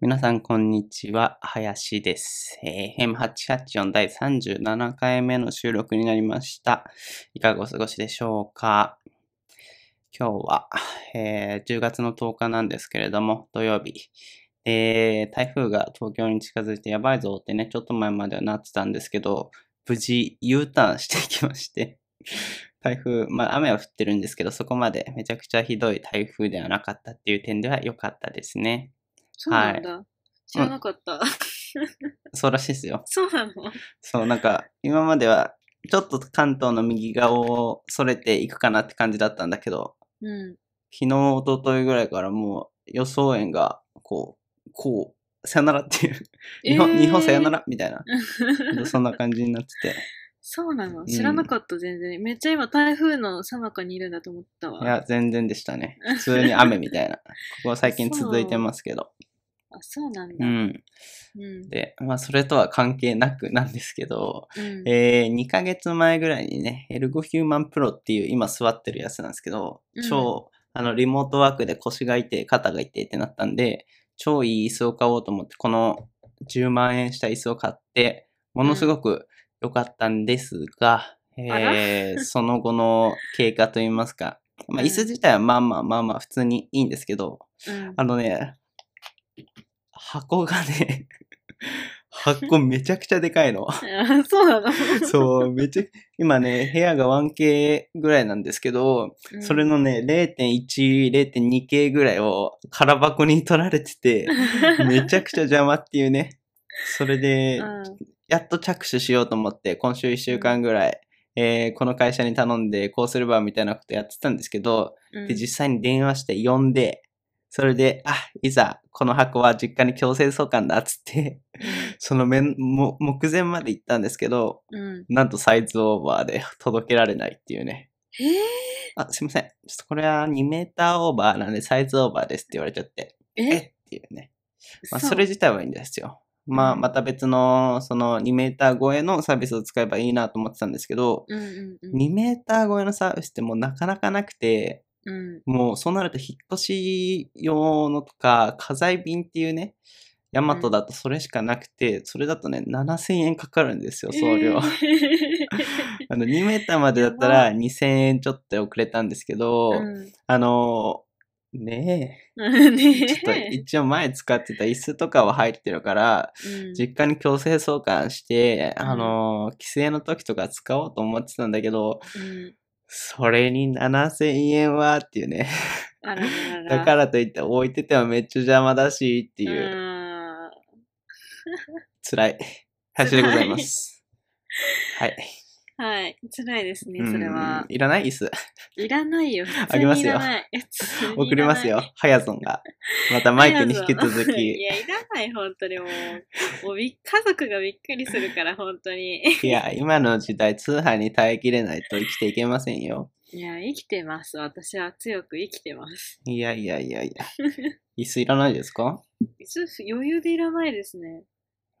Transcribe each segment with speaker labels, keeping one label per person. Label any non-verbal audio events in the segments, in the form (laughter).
Speaker 1: 皆さん、こんにちは。林です。えー FM884 第37回目の収録になりました。いかがお過ごしでしょうか今日は、えー10月の10日なんですけれども、土曜日。えー台風が東京に近づいてやばいぞってね、ちょっと前まではなってたんですけど、無事 U ターンしてきまして、台風、まあ雨は降ってるんですけど、そこまでめちゃくちゃひどい台風ではなかったっていう点では良かったですね。
Speaker 2: そうなんだ。知らなかった。
Speaker 1: そうらしいですよ。
Speaker 2: (laughs) そうなの
Speaker 1: そう、なんか、今までは、ちょっと関東の右側をそれていくかなって感じだったんだけど、
Speaker 2: うん。
Speaker 1: 昨日、一昨日ぐらいからもう予想円が、こう、こう、さよならっていう、日本、日本さよならみたいな、そんな感じになって
Speaker 2: (laughs) そうなの
Speaker 1: ん
Speaker 2: 知らなかった、全然。めっちゃ今、台風の最中にいるんだと思った
Speaker 1: て、い
Speaker 2: わ。
Speaker 1: や、全然でしたね。普通に雨みたいな、ここ最近続いてますけど。
Speaker 2: あ、そうなん
Speaker 1: う
Speaker 2: だ。うん。
Speaker 1: ん。
Speaker 2: うん。
Speaker 1: で、まあ、それとは関係なくなんですけど、えー、2ヶ月前ぐらいにね、エルゴヒューマンプロっていう今座ってるやつなんですけど、超、あの、リモートワークで腰が痛い、肩が痛いってなったんで、超いい椅子を買おうと思って、この10万円した椅子を買って、ものすごく良かったんですが、え
Speaker 2: (laughs)
Speaker 1: ー (laughs) その後の経過といいますか、まあ、
Speaker 2: うん
Speaker 1: 椅子自体はまあまあまあまあ普通にいいんですけど、
Speaker 2: うん
Speaker 1: あのね、箱がね、 (laughs) 箱めちゃくちゃでかいの。
Speaker 2: (laughs) あそうなの (laughs)
Speaker 1: そう、めちゃ、今ね、部屋が 1K ぐらいなんですけど、
Speaker 2: う
Speaker 1: (laughs)
Speaker 2: ん
Speaker 1: それのね、0.1、0.2K ぐらいを空箱に取られてて、
Speaker 2: (laughs)
Speaker 1: めちゃくちゃ邪魔っていうね。それで
Speaker 2: (laughs) う、ん
Speaker 1: やっと着手しようと思って、今週1週間ぐらい、えーこの会社に頼んで、こうすればみたいなことやってたんですけど、
Speaker 2: うん
Speaker 1: で、実際に電話して呼んで、それで、あ、いざ、この箱は実家に強制送還だっつって、その面、も目前まで行ったんですけど、
Speaker 2: うん。
Speaker 1: なんとサイズオーバーで届けられないっていうね。
Speaker 2: えー
Speaker 1: あ、すいません。ちょっとこれは2メーターオーバーなんでサイズオーバーですって言われちゃって。え
Speaker 2: え
Speaker 1: っていうね。まあ
Speaker 2: 嘘
Speaker 1: それ自体はいいんですよ。まあ
Speaker 2: うん
Speaker 1: また別のその2メーター超えのサービスを使えばいいなと思ってたんですけど、
Speaker 2: うんうんうん
Speaker 1: 2メーター超えのサービスってもうなかなかなくて、
Speaker 2: うん
Speaker 1: もうそうなると引っ越し用のとか、家財便っていうね、ヤマトだとそれしかなくて、それだとね、7000円かかるんですよ、送料。
Speaker 2: えー
Speaker 1: あの、2メーターまでだったら2000円ちょっと遅れたんですけど、
Speaker 2: うん
Speaker 1: あのー、ね
Speaker 2: うんね (laughs)
Speaker 1: え、ちょっと一応前使ってた椅子とかは入ってるから、
Speaker 2: うん
Speaker 1: 実家に強制送還して、
Speaker 2: うん
Speaker 1: あのー、帰省の時とか使おうと思ってたんだけど、
Speaker 2: うん
Speaker 1: それに7000円はっていうね。
Speaker 2: あららら
Speaker 1: だからといって置いててもめっちゃ邪魔だしっていう、
Speaker 2: うん
Speaker 1: 辛い話でございます。はい。
Speaker 2: はい。辛いですね、それは
Speaker 1: うん。いらない椅子。
Speaker 2: いらないよ。普
Speaker 1: あ
Speaker 2: 通
Speaker 1: げま
Speaker 2: にい
Speaker 1: すよ
Speaker 2: らない。普通にいらない
Speaker 1: 送りますよ。。ハヤゾンが。またマイクに引き続
Speaker 2: (laughs) いやい
Speaker 1: き。
Speaker 2: や、いらない、本当にもう。もうびっ家族がびっくりするから、本当に。
Speaker 1: いや、今の時代、通販に耐えきれないと生きていけませんよ。
Speaker 2: いや、生きてます。私は強く生きてます。
Speaker 1: いやいやいや (laughs) いや。椅子いらないですか
Speaker 2: そうです余裕でいらないですね。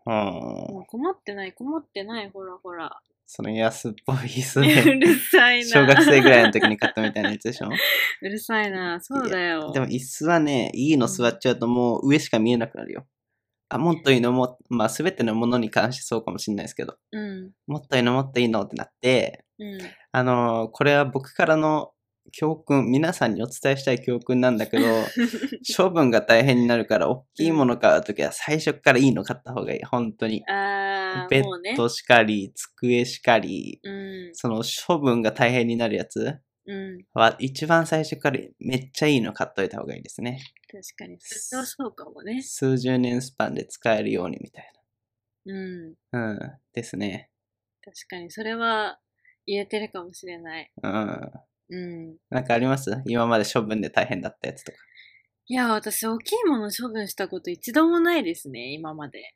Speaker 1: う
Speaker 2: も
Speaker 1: ん。
Speaker 2: う困ってない、困ってない、ほら
Speaker 1: (laughs)
Speaker 2: ほら。
Speaker 1: その安っぽい椅子
Speaker 2: う
Speaker 1: ね。
Speaker 2: るさいな。
Speaker 1: 小学生ぐらいの時に買ったみたいなやつで (laughs) しょ
Speaker 2: うるさいな、そうだよ。
Speaker 1: でも椅子はね、いいの座っちゃうともう上しか見えなくなるよ。あ、もっといいのも、まあ全てのものに関してそうかもしれないですけど、
Speaker 2: うん。
Speaker 1: もっといいのもっといいのってなって、
Speaker 2: うん。
Speaker 1: あのーこれは僕からの教訓、皆さんにお伝えしたい教訓なんだ
Speaker 2: (laughs)
Speaker 1: けど、処分が大変になるから、大きいもの買うときは最初からいいの買った方がいい。本当に。
Speaker 2: あ
Speaker 1: ベ
Speaker 2: ー、
Speaker 1: ッ
Speaker 2: もうね。
Speaker 1: ドしかり、机しかり、
Speaker 2: うん。
Speaker 1: その処分が大変になるやつ
Speaker 2: うん。
Speaker 1: は、一番最初からめっちゃいいの買っといた方がいいですね。
Speaker 2: 確かに。それはそうかもね。
Speaker 1: 数十年スパンで使えるようにみたい
Speaker 2: うん。
Speaker 1: な。うん。ですね。
Speaker 2: 確かに、それは言えてるかもしれない。
Speaker 1: うん。
Speaker 2: うん。
Speaker 1: なんかあります今まで処分で大変だったやつとか。
Speaker 2: いや、私、大きいもの処分したこと一度もないですね、今まで。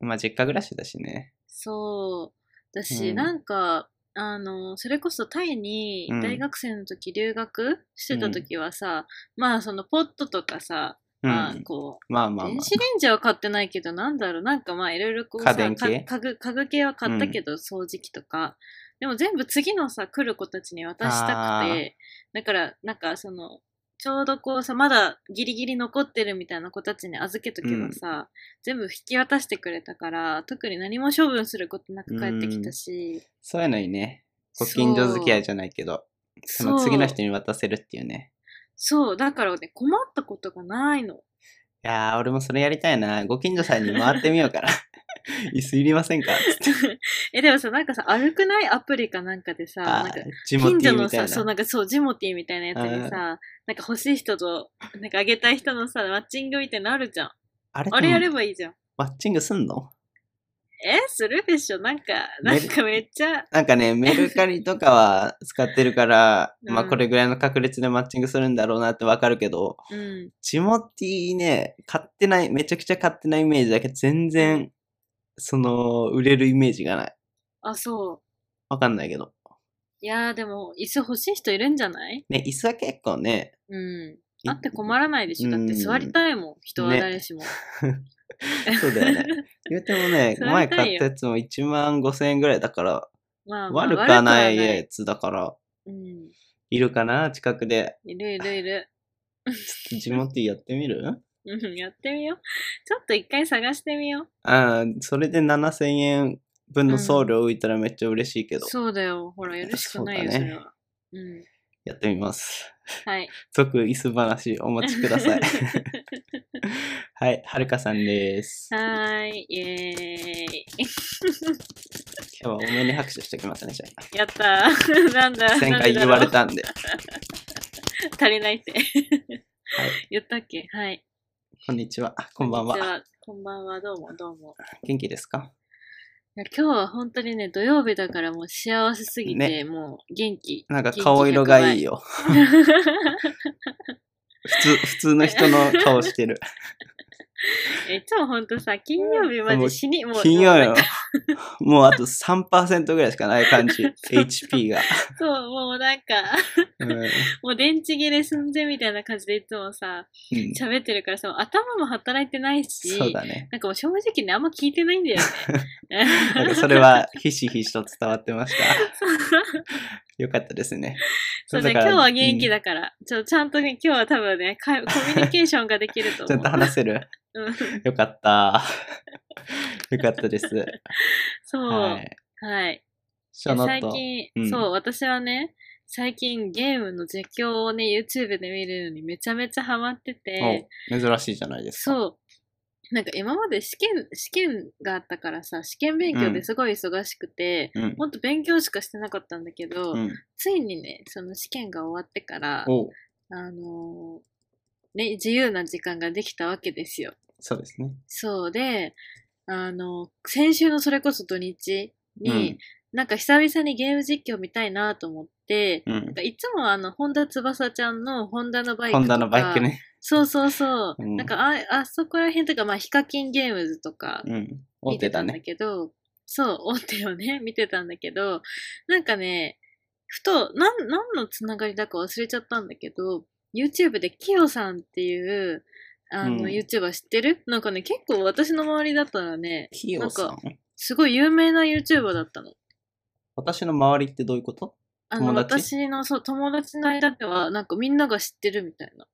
Speaker 1: まあ、実家暮らしだしね。
Speaker 2: そう。だし、
Speaker 1: うん
Speaker 2: なんか、あの、それこそタイに
Speaker 1: うん
Speaker 2: 大学生の時留学してた時はさ、まあ、そのポットとかさ、
Speaker 1: うん。
Speaker 2: まあ、こう、
Speaker 1: まあまあまあ
Speaker 2: 電。子レンジは買ってないけど、なんだろう、なんかまあ、いろいろこう
Speaker 1: 家
Speaker 2: さ、
Speaker 1: 電系
Speaker 2: か家具、家具系は買ったけど、掃除機とか。でも全部次のさ、来る子たちに渡したくて、だから、なんかその、ちょうどこうさ、まだギリギリ残ってるみたいな子たちに預けとけばさ、全部引き渡してくれたから、特に何も処分することなく帰ってきたし、
Speaker 1: そういうのいいね。ご近所付き合いじゃないけど、その次の人
Speaker 2: に。
Speaker 1: に渡せるっていうね。
Speaker 2: そう、だからね、困ったことがないの。 (laughs)
Speaker 1: いやー、俺もそれやりたいな。ご近所さんに回ってみようかな。椅子 (laughs) いりませんかつって。
Speaker 2: え、でもさ、なんかさ、歩くないアプリかなんかでさ、
Speaker 1: あ
Speaker 2: なん
Speaker 1: ー
Speaker 2: か、
Speaker 1: ジモ
Speaker 2: 近
Speaker 1: ティー
Speaker 2: 所の
Speaker 1: みた
Speaker 2: さ、
Speaker 1: い
Speaker 2: そ
Speaker 1: な。
Speaker 2: う、なんかそう、ジモティーみたいなやつにさ、なんか欲しい人と、なんかあげたい人のさ、マッチングみたいなのあるじゃん。
Speaker 1: あれ
Speaker 2: あれやれ
Speaker 1: ば
Speaker 2: ばいいじゃん。
Speaker 1: マッチングすんの
Speaker 2: え、するでしょなんか、な
Speaker 1: ね
Speaker 2: んかめっちゃ、
Speaker 1: なんかね、メルカリとかは使ってるから、
Speaker 2: うん
Speaker 1: まあこれぐらいの確率でマッチングするんだろうなってわかるけど、
Speaker 2: うん。
Speaker 1: ジモティね、買ってない、めちゃくちゃ買ってないイメージだけど、全然、その、売れるイメージがない。
Speaker 2: あ、そう。
Speaker 1: わかんないけど。
Speaker 2: いやーでも、椅子欲しい人いるんじゃない
Speaker 1: ね、椅子は結構ね、
Speaker 2: うん。
Speaker 1: い
Speaker 2: あって困らないでしょだって座りたいもん。人は誰しも。
Speaker 1: (laughs) そうだよね。
Speaker 2: (laughs)
Speaker 1: 言うてもね、
Speaker 2: それ
Speaker 1: 前
Speaker 2: 痛い
Speaker 1: 買
Speaker 2: よ
Speaker 1: ったやつも1万5千円ぐらいだから、
Speaker 2: まあ、まあ、
Speaker 1: 悪くはな
Speaker 2: 悪
Speaker 1: い
Speaker 2: くは
Speaker 1: やつだから、
Speaker 2: うん。
Speaker 1: いるかな近くで。
Speaker 2: いるいるいる。
Speaker 1: ジモティやってみる
Speaker 2: うん、やってみよう。ちょっと一回探してみよう。
Speaker 1: ああ、それで7000円分の送料浮いたらめっちゃ嬉しいけど、
Speaker 2: そうだよ。ほら、やるしかないよ、
Speaker 1: そ
Speaker 2: そう
Speaker 1: だね
Speaker 2: れは。うん。
Speaker 1: やってみます。
Speaker 2: はい。
Speaker 1: 即椅子話お待ちくだ
Speaker 2: (laughs)
Speaker 1: さい。はい、はるかさんです。
Speaker 2: は
Speaker 1: 今
Speaker 2: ーい。イエーイ。 (laughs)
Speaker 1: 日は多めに拍手しておきますね、じゃあ。
Speaker 2: やったー。 (laughs) なんだ。
Speaker 1: 前
Speaker 2: なん
Speaker 1: 回
Speaker 2: でだ
Speaker 1: 言
Speaker 2: ろう
Speaker 1: われ。たんで。
Speaker 2: (laughs) 足りないって。
Speaker 1: はい、
Speaker 2: 言ったっけはい。
Speaker 1: こんにちは。こんばん
Speaker 2: じ
Speaker 1: は。
Speaker 2: ゃあこんばんは。どうも、どうも。
Speaker 1: 元気ですか
Speaker 2: いや今日は本当にね、土曜日だからもう幸せすぎて、
Speaker 1: ね
Speaker 2: もう元気。
Speaker 1: なんか顔色がいいよ。普通、普通の人の顔してる。
Speaker 2: (laughs) え、いつも本当さ、金曜日ま
Speaker 1: も
Speaker 2: で
Speaker 1: う
Speaker 2: 死に、もう、
Speaker 1: 金曜
Speaker 2: も
Speaker 1: 日
Speaker 2: うな
Speaker 1: の
Speaker 2: んか、
Speaker 1: もうあと3%ぐらいしかない感
Speaker 2: (laughs)
Speaker 1: じ。HP が。
Speaker 2: そう、もうなんか、
Speaker 1: うんうん
Speaker 2: もう電池切れ寸前みたいな感じでいつもさ、喋ってるからさ、頭も働いてないし、
Speaker 1: そうだね。
Speaker 2: なんかもう正直ね、あんま聞いてないんだよね。
Speaker 1: なんかそれはひしひしと伝わってました。よかったですね。
Speaker 2: (laughs) そうね、
Speaker 1: だ
Speaker 2: 今
Speaker 1: から
Speaker 2: 日は元気
Speaker 1: うん
Speaker 2: だから、ちょちゃんとね、今日は多分ね、かコミュニケーションができると
Speaker 1: ちゃ
Speaker 2: 思
Speaker 1: んと
Speaker 2: う。
Speaker 1: 話せる
Speaker 2: うん、
Speaker 1: よか
Speaker 2: (laughs)
Speaker 1: った。よかったです。
Speaker 2: そう、
Speaker 1: は
Speaker 2: はい。
Speaker 1: い。
Speaker 2: い
Speaker 1: そ
Speaker 2: や
Speaker 1: の
Speaker 2: 最
Speaker 1: 後、
Speaker 2: 近、
Speaker 1: うん
Speaker 2: そう、私はね、最近ゲームの実況をね、YouTube で見るのにめちゃめちゃハマってて、
Speaker 1: お珍しいじゃないですか。
Speaker 2: そう。なんか今まで試験、試験があったからさ、試験勉強ですごい忙しくて、
Speaker 1: うん。
Speaker 2: もっと勉強しかしてなかったんだけど、
Speaker 1: うん。
Speaker 2: ついにね、その試験が終わってから、
Speaker 1: お
Speaker 2: あのーね、自由な時間ができたわけですよ。
Speaker 1: そうですね。
Speaker 2: そうで、あの先週のそれこそ土日に、
Speaker 1: うん
Speaker 2: なんか久々にゲーム実況見たいなと思って、
Speaker 1: うん
Speaker 2: なん。かいつもあの、本田翼ちゃんのホンダのバイク
Speaker 1: ホ
Speaker 2: とか。
Speaker 1: ンダのバイク。ね。
Speaker 2: そうそうそう。
Speaker 1: うん
Speaker 2: なんかあ、あそこら辺とか、まあ、ヒカキンゲームズとか、
Speaker 1: うん。大
Speaker 2: 見
Speaker 1: 手
Speaker 2: てた
Speaker 1: だ
Speaker 2: んだ
Speaker 1: ね。
Speaker 2: けど、そう、大手をね、 (laughs) 見てたんだけど、なんかね、ふと、なん、何のつながりだか忘れちゃったんだけど、YouTube でキヨさんっていう、あの、
Speaker 1: うん
Speaker 2: YouTuber 知ってるなんかね、結構私の周りだったらね、
Speaker 1: キヨさ
Speaker 2: なん
Speaker 1: ん
Speaker 2: すごい有名な YouTuber だったの。
Speaker 1: 私の周りってどういうこと
Speaker 2: あの、
Speaker 1: 友達
Speaker 2: 私の、そう、友達の間では、なんかみんなが知ってるみたいな。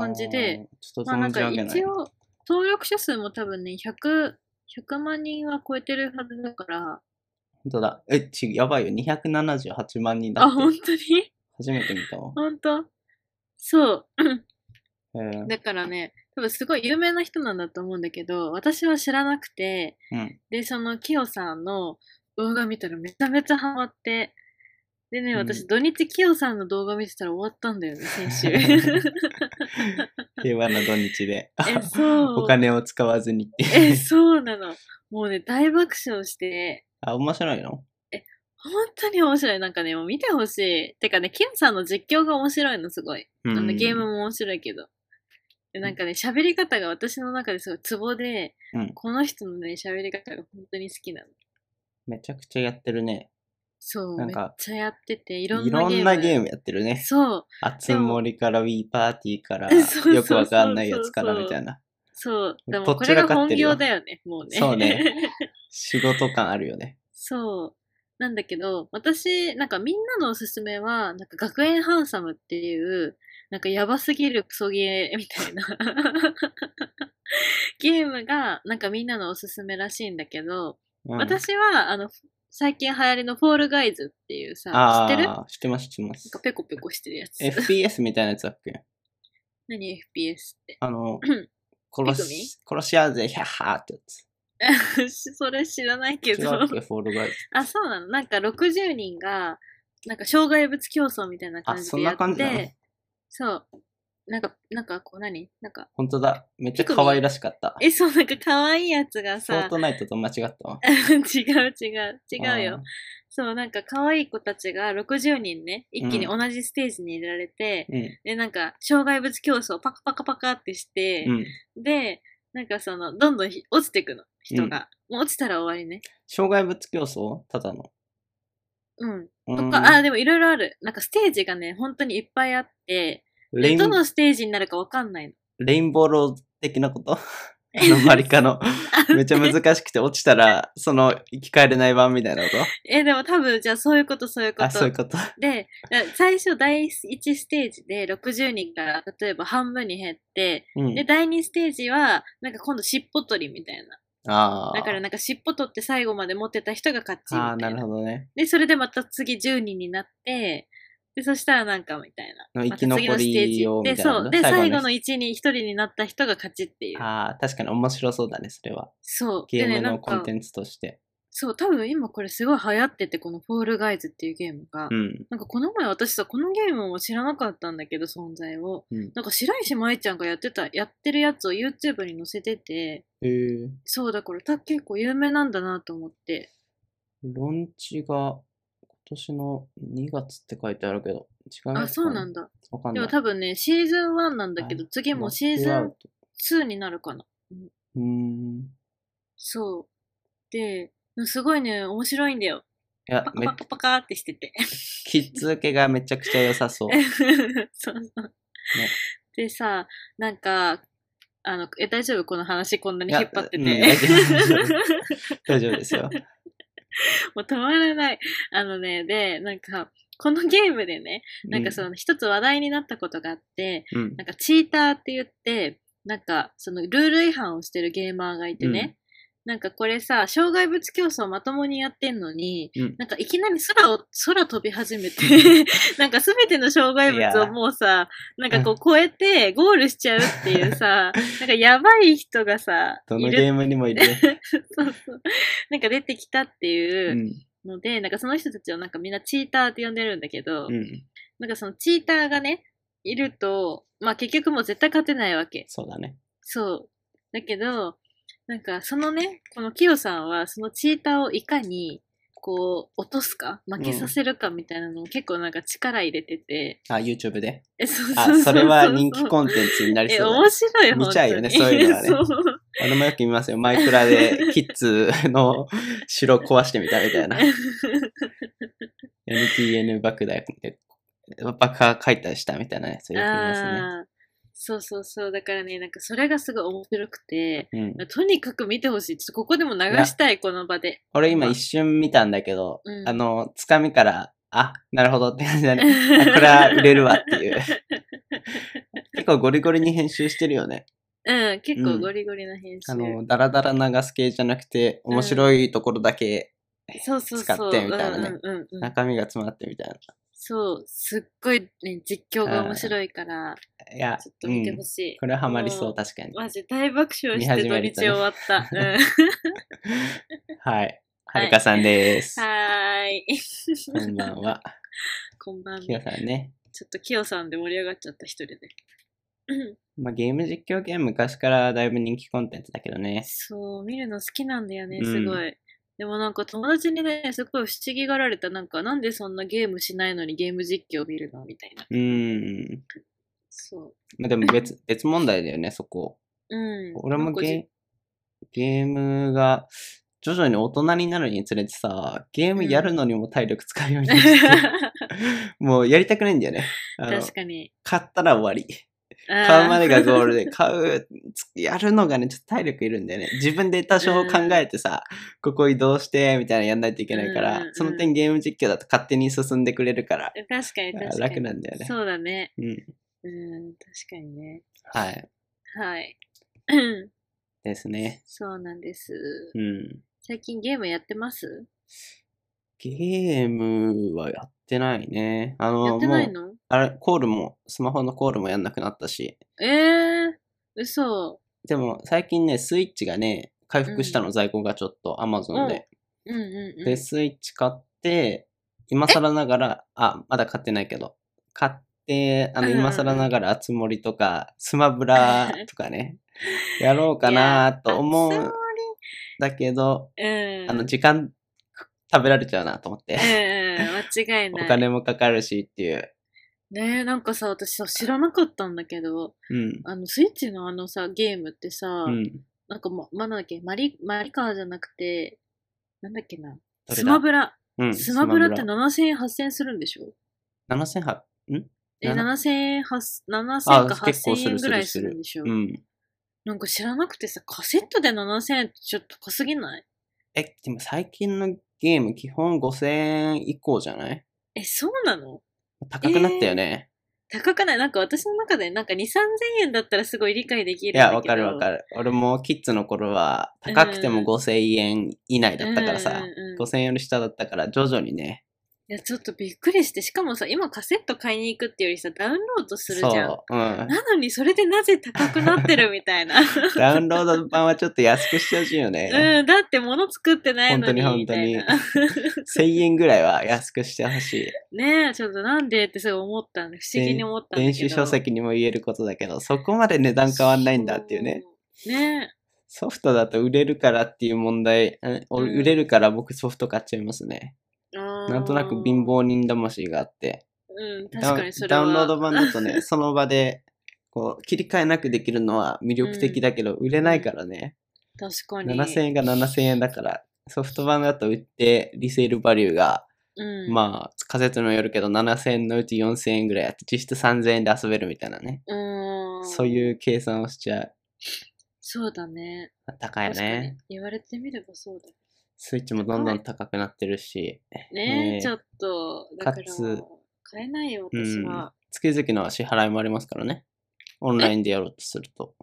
Speaker 2: 感じで、
Speaker 1: あーちょっと
Speaker 2: まあな
Speaker 1: 存
Speaker 2: ん
Speaker 1: じ
Speaker 2: か
Speaker 1: 上げない
Speaker 2: 一。応、登録者数も多分ね、100、100万人は超えてるはずだから、
Speaker 1: 本当だ。え、ち、やばいよ。278万人だ
Speaker 2: あ、
Speaker 1: って。
Speaker 2: 本当に
Speaker 1: 初めて見たわ。
Speaker 2: 本当そう。
Speaker 1: へー
Speaker 2: だからね、多分すごい有名な人なんだと思うんだけど、私は知らなくて、
Speaker 1: うん。
Speaker 2: で、そのキヨさんの動画見たらめちゃめちゃハマって、でね、
Speaker 1: うん
Speaker 2: 私土日キヨさんの動画見てたら終わったんだよね、
Speaker 1: (laughs)
Speaker 2: 先週。え、
Speaker 1: 平和な土日で。
Speaker 2: そ
Speaker 1: (laughs)
Speaker 2: う。
Speaker 1: お金を使わずにっていう
Speaker 2: え、そうなの。もうね、大爆笑して、
Speaker 1: あ、面白いの
Speaker 2: 本当に面白い。なんかね、もう見てほしい。てかね、キヨさんの実況が面白いの、すごい。
Speaker 1: あ
Speaker 2: あのゲームも面白いけど。でなんかね、喋り方が私の中ですごいツボで、
Speaker 1: うん
Speaker 2: この人のね、喋り方が本当に好きなの。
Speaker 1: めちゃくちゃやってるね。
Speaker 2: そう、
Speaker 1: な
Speaker 2: め
Speaker 1: ん
Speaker 2: っ
Speaker 1: か
Speaker 2: ちゃやってて、い
Speaker 1: い
Speaker 2: ろ
Speaker 1: ろ
Speaker 2: んなゲーム。
Speaker 1: んなゲームやってるね。
Speaker 2: そう、
Speaker 1: あつ森からウィーパーティーから、
Speaker 2: そうそうそうそう
Speaker 1: よくわかんないやつからみたいな。
Speaker 2: そう。でも
Speaker 1: どっ
Speaker 2: こ
Speaker 1: ち
Speaker 2: れ
Speaker 1: が
Speaker 2: が
Speaker 1: 勝っ
Speaker 2: 本
Speaker 1: てるよ
Speaker 2: 業だよね、もうね。
Speaker 1: そうね仕事感あるよね。
Speaker 2: (laughs) そう。なんだけど、私、なんかみんなのおすすめは、なんか学園ハンサムっていう、なんかやばすぎるクソゲーみたいな (laughs) ゲームが、なんかみんなのおすすめらしいんだけど、
Speaker 1: うん、
Speaker 2: 私は、あの、最近流行りのフォールガイズっていうさ、
Speaker 1: あ
Speaker 2: 知ってるなん
Speaker 1: あ、知ってます、知ってま
Speaker 2: か
Speaker 1: す。
Speaker 2: ペコペコしてるやつ。
Speaker 1: FPS みたいなやつだっけ
Speaker 2: 何 FPS って。
Speaker 1: あの
Speaker 2: ん、
Speaker 1: 殺
Speaker 2: ピクミン
Speaker 1: し、殺し合うぜ、ヒャッハーってやつ。
Speaker 2: それ知らないけ
Speaker 1: 違
Speaker 2: ど
Speaker 1: う。っけ、フォールガイズ。
Speaker 2: あ、そうなのなんか60人が、なんか障害物競争みたいな感
Speaker 1: あ、
Speaker 2: じ
Speaker 1: そ
Speaker 2: で
Speaker 1: ん
Speaker 2: や
Speaker 1: な
Speaker 2: っ
Speaker 1: 感じなの
Speaker 2: て、そう。なんか、なんかこう何なんか、
Speaker 1: 本当だ。めっちゃ
Speaker 2: ピクミン
Speaker 1: 可愛らしかった。
Speaker 2: え、そう、なんか可愛いやつが
Speaker 1: フォー
Speaker 2: さ、
Speaker 1: トナイトと間違ったわ。
Speaker 2: (laughs) 違う違う、違う
Speaker 1: あ
Speaker 2: よ。そう、なんか可愛い子たちが60人ね、一気に同じステージに入れられて、
Speaker 1: ー。うん。
Speaker 2: で、なんか、障害物競争パカパカパカってして、
Speaker 1: うん。
Speaker 2: で、なんかその、どんどんひ落ちてくの、人が。もう落ちたら終わりね。
Speaker 1: 障害物競争ただの。
Speaker 2: うん。
Speaker 1: う
Speaker 2: と
Speaker 1: ん
Speaker 2: か、あ、でもいろいろある。なんかステージがね、本当にいっぱいあって、
Speaker 1: レイ
Speaker 2: で
Speaker 1: ン
Speaker 2: どのステージになるかわかんないの。
Speaker 1: レインボーロード的なこと
Speaker 2: (laughs)
Speaker 1: あの、マリカの。めっちゃ難しくて落ちたら、その、生き返れない版みたいなこ
Speaker 2: え、でも多分、じゃあそういうこと、そういうこ
Speaker 1: と。
Speaker 2: と
Speaker 1: あ、そういうこと。
Speaker 2: で、だ最初第1ステージで60人から、例えば半分に減って、
Speaker 1: うん
Speaker 2: で、。第2ステージは、なんか今度尻尾取りみたいな。
Speaker 1: ああ。
Speaker 2: だからなんか尻尾取って最後まで持ってた人が勝ちみ
Speaker 1: ああ、
Speaker 2: た
Speaker 1: ないる
Speaker 2: な。
Speaker 1: ほどね。
Speaker 2: で、それでまた次10人になって、で、そしたらなんかみたいな。
Speaker 1: の
Speaker 2: また次のステー
Speaker 1: 生
Speaker 2: ジ
Speaker 1: き残りをみ
Speaker 2: で、
Speaker 1: たいな
Speaker 2: そう。で、
Speaker 1: 最
Speaker 2: 最
Speaker 1: 後
Speaker 2: 後
Speaker 1: の
Speaker 2: の1人、1人になった人が勝ちっていう。
Speaker 1: ああ、確かに面白そうだね、それは。
Speaker 2: そう。
Speaker 1: ゲ
Speaker 2: で
Speaker 1: ーム
Speaker 2: ね、な
Speaker 1: の
Speaker 2: ん
Speaker 1: コン
Speaker 2: か
Speaker 1: テ、ンツとして。
Speaker 2: そう、多分今これすごい流行ってて、このフォールガイズっていうゲームが。
Speaker 1: うん。
Speaker 2: なんかこの前私さ、このゲームを知らなかったんだけど、存在を。
Speaker 1: うん
Speaker 2: なんか白石麻衣ちゃんがやってた、やってるやつを YouTube に載せてて、
Speaker 1: へえ。
Speaker 2: そうだからた結構有名なんだなと思って。
Speaker 1: ロンチが今年の2月って書いてあるけど、違い
Speaker 2: あ、
Speaker 1: ますか
Speaker 2: そうなん
Speaker 1: だ。
Speaker 2: だ。
Speaker 1: わかん
Speaker 2: で
Speaker 1: ない。
Speaker 2: も多分ね、シーズン1なんだけど、次もうシーズ
Speaker 1: ノックアウ
Speaker 2: ン
Speaker 1: ト
Speaker 2: 2になるかな。
Speaker 1: うーん。い
Speaker 2: そう。で、すごいね、面白いんだよ。
Speaker 1: や
Speaker 2: パ、カ
Speaker 1: め
Speaker 2: パカパカってしてて。
Speaker 1: キッズ受けがめちゃくちゃ良さそう。
Speaker 2: (laughs) そうそう。でさ、なんか、あの、え、大丈夫この話こんなに引っ張ってて。
Speaker 1: いやうん大丈大丈夫ですよ。
Speaker 2: (laughs) もう止まらない。あのね、で、なんか、このゲームでね、 (laughs) なんかその一つ話題になったことがあって、
Speaker 1: うん、うん
Speaker 2: なんかチーターって言って、なんかそのルール違反をしてるゲーマーがいてね、なんかこれさ、障害物競争まともにやってんのに、
Speaker 1: うん
Speaker 2: なんかいきなり空を、空飛び始
Speaker 1: (laughs)
Speaker 2: めて、なんかすべての障害
Speaker 1: いや
Speaker 2: 物をもうさ、なんかこう越えてゴールしちゃうっていう
Speaker 1: (laughs)
Speaker 2: さ、なんかやばい人がさ、
Speaker 1: ど
Speaker 2: い
Speaker 1: の
Speaker 2: る。
Speaker 1: ゲームにもいる。
Speaker 2: (laughs) そうそうなんか出てきたっていうう、
Speaker 1: ん。
Speaker 2: ので、なんかその人たちをなんかみんなチーターって呼んでるんだけど、
Speaker 1: うん。
Speaker 2: なんかそのチーターがね、いると、まあ結局もう絶対勝てないわけ。
Speaker 1: そうだね。
Speaker 2: そう。だけど、なんかそのね、このキヨさんはそのチーターをいかに、こう、落とすか、負けさせるかみたいなのを結構なんか力入れてて。
Speaker 1: あ、YouTube で。
Speaker 2: え、そう
Speaker 1: あ、それは人気コンテンツになり
Speaker 2: え、
Speaker 1: そうだ
Speaker 2: 面
Speaker 1: ね。
Speaker 2: 白い、
Speaker 1: 見ちゃうよね
Speaker 2: 本当に
Speaker 1: そういうのはね
Speaker 2: (laughs) そう
Speaker 1: 俺もよく見ますよ。マイクラでキッズの城壊してみたみたいな。NTN 爆弾で爆破解体したみたいなやつよく見ますね。
Speaker 2: あーそうそうそう。だからね、なんかそれがすごい面白くて、
Speaker 1: うん、
Speaker 2: とにかく見てほしい。ちょっとここでも流したい、この場で。
Speaker 1: 俺今一瞬見たんだけど、
Speaker 2: うん
Speaker 1: あの、つかみから、あ、なるほどって感じだね。あ、これは売れるわっていう。結構ゴリゴリに編集してるよね。
Speaker 2: (laughs) うん、結
Speaker 1: う
Speaker 2: 構
Speaker 1: ん
Speaker 2: ゴリゴリな編集。
Speaker 1: あの、ダラダラ流す系じゃなくて、面白いところだけ
Speaker 2: そうそうそう。
Speaker 1: 使ってみたいなね
Speaker 2: うんうんうんうん、
Speaker 1: 中身が詰まってみたい
Speaker 2: そう、すっごいね、実況が面白いから、
Speaker 1: な。いや
Speaker 2: ちょっ、と
Speaker 1: う
Speaker 2: 見て
Speaker 1: ん
Speaker 2: ほ。しい。
Speaker 1: これはハマりそ
Speaker 2: も
Speaker 1: う、確かに。
Speaker 2: マジ大爆笑
Speaker 1: 見
Speaker 2: して
Speaker 1: 始
Speaker 2: 土
Speaker 1: める
Speaker 2: 日
Speaker 1: と
Speaker 2: 終
Speaker 1: ね
Speaker 2: わった。うん、は
Speaker 1: はい。はるかさんです。
Speaker 2: ーい。
Speaker 1: こんばんは。
Speaker 2: (laughs) こんばんは。
Speaker 1: きよさんね。
Speaker 2: ちょっとキヨさんで盛り上がっちゃった一人で。うん
Speaker 1: まあ、ゲーム実況系は昔からだいぶ人気コンテンツだけどね。
Speaker 2: そう、見るの好きなんだよね、
Speaker 1: うん
Speaker 2: すごい。でもなんか友達にね、すごい不思議がられた、なんか、なんでそんなゲームしないのにゲーム実況見るのみたいな。
Speaker 1: うーん。
Speaker 2: そ
Speaker 1: まあ、でも別、別問題だよね、そこ。
Speaker 2: う。うん。
Speaker 1: 俺
Speaker 2: な
Speaker 1: も
Speaker 2: んか
Speaker 1: ゲゲームが、徐々に大人になるにつれてさ、ゲームやるのにも体力使うようになってきて、
Speaker 2: じ
Speaker 1: (laughs) もうやりたくないんだよね。あの
Speaker 2: (laughs) 確かに。
Speaker 1: 買ったら終わり。
Speaker 2: あー
Speaker 1: 買うまでがゴールで、買う、つやるのがね、ちょっと体力いるんだよね。自分で多少考えてさ、ここ移動して、みたいなのやんないといけないか
Speaker 2: うん
Speaker 1: ら
Speaker 2: うんう、ん
Speaker 1: その点ゲーム実況だと勝手に進んでくれるから、
Speaker 2: (laughs) 確かに
Speaker 1: あ
Speaker 2: 確かに。
Speaker 1: 楽なんだよね
Speaker 2: そうだね。
Speaker 1: うん。
Speaker 2: うん、確かにね。
Speaker 1: はい。
Speaker 2: はい。 (clears throat)
Speaker 1: ですね。
Speaker 2: そうなんです。
Speaker 1: うん。
Speaker 2: 最近ゲームやってます
Speaker 1: ゲームはやってないね。あの、
Speaker 2: やってない
Speaker 1: もう、
Speaker 2: の
Speaker 1: あれ、コールも、スマホのコールもやんなくなったし。
Speaker 2: ええー、嘘。
Speaker 1: でも、最近ね、スイッチがね、回復したの、
Speaker 2: うん
Speaker 1: 在庫がちょっと、アマゾンで。
Speaker 2: うんうんうん。
Speaker 1: で、スイッチ買って、今更ながら、あ、まだ買ってないけど、買って、あの、
Speaker 2: うんうんうん
Speaker 1: 今更ながら、あつ森とか、スマブ
Speaker 2: (laughs)
Speaker 1: ラとかね、やろうかなと思う
Speaker 2: いや
Speaker 1: んだけど、
Speaker 2: 熱盛うん。
Speaker 1: あの、時間、食べられちゃうなと思って、
Speaker 2: うんうん、間違い
Speaker 1: (laughs) お
Speaker 2: ない。
Speaker 1: 金もかかるしっていう。
Speaker 2: ねえ、なんかさ、私さ、知らなかったんだけど、
Speaker 1: うん。
Speaker 2: あの、スイッチのあのさ、ゲームってさ、
Speaker 1: うん。
Speaker 2: なんかま、ま、なんだっけ、マリ、マリカーじゃなくて、なんだっけな、
Speaker 1: どれだ
Speaker 2: スマブラ。
Speaker 1: うん。
Speaker 2: スマブラって
Speaker 1: スマ
Speaker 2: 7000円、8000円するんでしょ
Speaker 1: ブラ ?7800? ん
Speaker 2: え、
Speaker 1: な
Speaker 2: 7000円、8000 7000
Speaker 1: あ
Speaker 2: か
Speaker 1: 結構する
Speaker 2: 8000円ぐらい
Speaker 1: す
Speaker 2: す
Speaker 1: る
Speaker 2: るんでしょ
Speaker 1: うん。
Speaker 2: なんか知らなくてさ、カセットで7000円ってちょっと高すぎない
Speaker 1: え、でも最近のゲーム、基本5000円以降じゃない
Speaker 2: え、そうなの
Speaker 1: 高くなったよね。
Speaker 2: 高くないなんか私の中でなんか2、3000円だったらすごい理解できるん
Speaker 1: い
Speaker 2: だけ
Speaker 1: や、
Speaker 2: ど。
Speaker 1: わかるわかる。俺もキッズの頃は、高くても
Speaker 2: うん
Speaker 1: 5000円以内だったから
Speaker 2: うん
Speaker 1: さ
Speaker 2: う、んうん
Speaker 1: 5000円より下だったから、徐々にね、
Speaker 2: いや、ちょっとびっくりして、しかもさ、今カセット買いに行くっていうよりさ、ダウンロードするじ
Speaker 1: そ
Speaker 2: ゃん。
Speaker 1: う、うん。
Speaker 2: なのに、それでなぜ高くなってるみた
Speaker 1: (laughs)
Speaker 2: いな。
Speaker 1: ダウンロード版はちょっと安くしてほしいよね。
Speaker 2: うん、だって物作ってないのに。
Speaker 1: 本当に
Speaker 2: みたいな
Speaker 1: 1000円ぐらいは安くしてほし
Speaker 2: (laughs)
Speaker 1: い。
Speaker 2: ねえ、ちょっとなんでってすごい思ったんで、不思議に思ったんだけど。
Speaker 1: 電子書籍にも言えることだけど、そこまで値段変わんないんだっていうね。
Speaker 2: そう。ね
Speaker 1: ソフトだと売れるからっていう問題、うん俺
Speaker 2: うん
Speaker 1: 売れるから僕ソフト買っちゃいますね。
Speaker 2: え。な
Speaker 1: なんとなく貧。乏人魂があって。
Speaker 2: うん、
Speaker 1: ダ
Speaker 2: 確
Speaker 1: ウ
Speaker 2: か
Speaker 1: ン
Speaker 2: にそれ
Speaker 1: ダ
Speaker 2: は。
Speaker 1: ウンロード版だとね、そ (laughs) の場で、こう、切り替えなくできるのは魅力的だけど、売れないからね。
Speaker 2: 確かに。
Speaker 1: 7000円が7000円だから、ソフト版だと売って、リセールバリューが、
Speaker 2: うん。あ。
Speaker 1: まあ、仮説にもよるけど、7000円のうち4000円ぐらいあって、実質3000円で遊べるみたいなね。
Speaker 2: うん。
Speaker 1: そう
Speaker 2: う。
Speaker 1: いう計算をしちゃう。
Speaker 2: そうだね。
Speaker 1: 高いよ
Speaker 2: 確か
Speaker 1: ね
Speaker 2: に。。言われてみればそうだ。
Speaker 1: スイッチもどんどん高くなってるし。
Speaker 2: ね
Speaker 1: ね
Speaker 2: え、
Speaker 1: え
Speaker 2: ちょっと、だから
Speaker 1: かつ、
Speaker 2: 買えないよ、
Speaker 1: うん
Speaker 2: 私は。
Speaker 1: 月々の支払いもありますからね。オンラインでやろうとすると。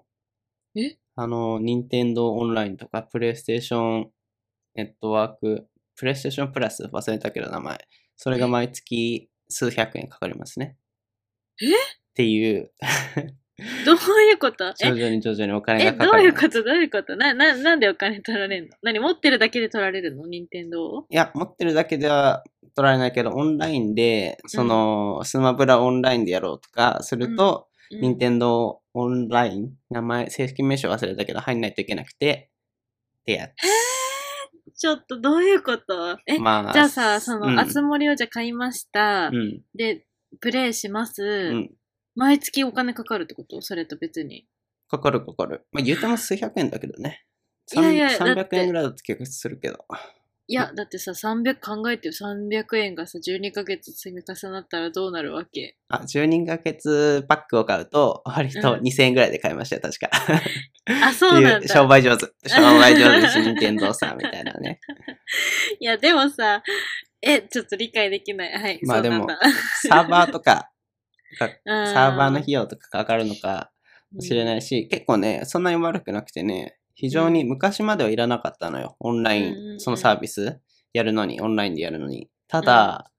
Speaker 2: え
Speaker 1: あの、任天堂オンラインとか、プレイステーションネットワーク、プレイステーションプラス忘れたけど名前。それが毎月数百円かかりますね。
Speaker 2: え
Speaker 1: って
Speaker 2: (laughs)
Speaker 1: いう、
Speaker 2: どういうこと
Speaker 1: 徐
Speaker 2: え、
Speaker 1: 々に徐々にお金
Speaker 2: え、
Speaker 1: がか
Speaker 2: どう
Speaker 1: か
Speaker 2: いう
Speaker 1: る。
Speaker 2: ことどういうことな、な、なんでお金取られるの何持ってるだけで取られるの任天堂を
Speaker 1: いや、持ってるだけでは取られないけど、オンラインで、その、スマブラオンラインでやろうとかすると、任天堂オンライン、名前、正式名称忘れたけど、入んないといけなくて、ってや
Speaker 2: ちょっとどういうことえ、
Speaker 1: つ。まあ、
Speaker 2: じゃあさ、その、
Speaker 1: うん、
Speaker 2: あつ森をじゃあ買いました。
Speaker 1: うん、
Speaker 2: で、プレイします、
Speaker 1: うん。
Speaker 2: 毎月お金かかるってことそれと別に。
Speaker 1: かかるかかる。まあ、言うても数百円だけどね。
Speaker 2: いやいや
Speaker 1: さん
Speaker 2: だ
Speaker 1: 300
Speaker 2: って
Speaker 1: 円ぐらいだと結構するけど。
Speaker 2: いや、だってさ、300考えてよ。300円がさ、12ヶ月積み重なったらどうなるわ
Speaker 1: (laughs)
Speaker 2: け
Speaker 1: あ、10人掛けつパックを買うと、割と
Speaker 2: うん
Speaker 1: 2000円ぐらいで買いましたよ、確か。
Speaker 2: あ、 (laughs) そうな
Speaker 1: っ
Speaker 2: ん
Speaker 1: ていう商
Speaker 2: だ。
Speaker 1: 売上手。商売上手です、 (laughs) 任天堂さんみたいなね。
Speaker 2: いや、でもさ、え、ちょっと理解できない。はい、
Speaker 1: まあ
Speaker 2: そうなんだ。
Speaker 1: サーバーとか、か
Speaker 2: (laughs) うん
Speaker 1: サーバーの費用とかかかるのか、
Speaker 2: うん
Speaker 1: もしれないし、結構ね、そんなに悪くなくてね、非常に昔まではいらなかったのよ。オンライン、
Speaker 2: うんうんうん
Speaker 1: そのサービスやるのに、オンラインでやるのに。ただ、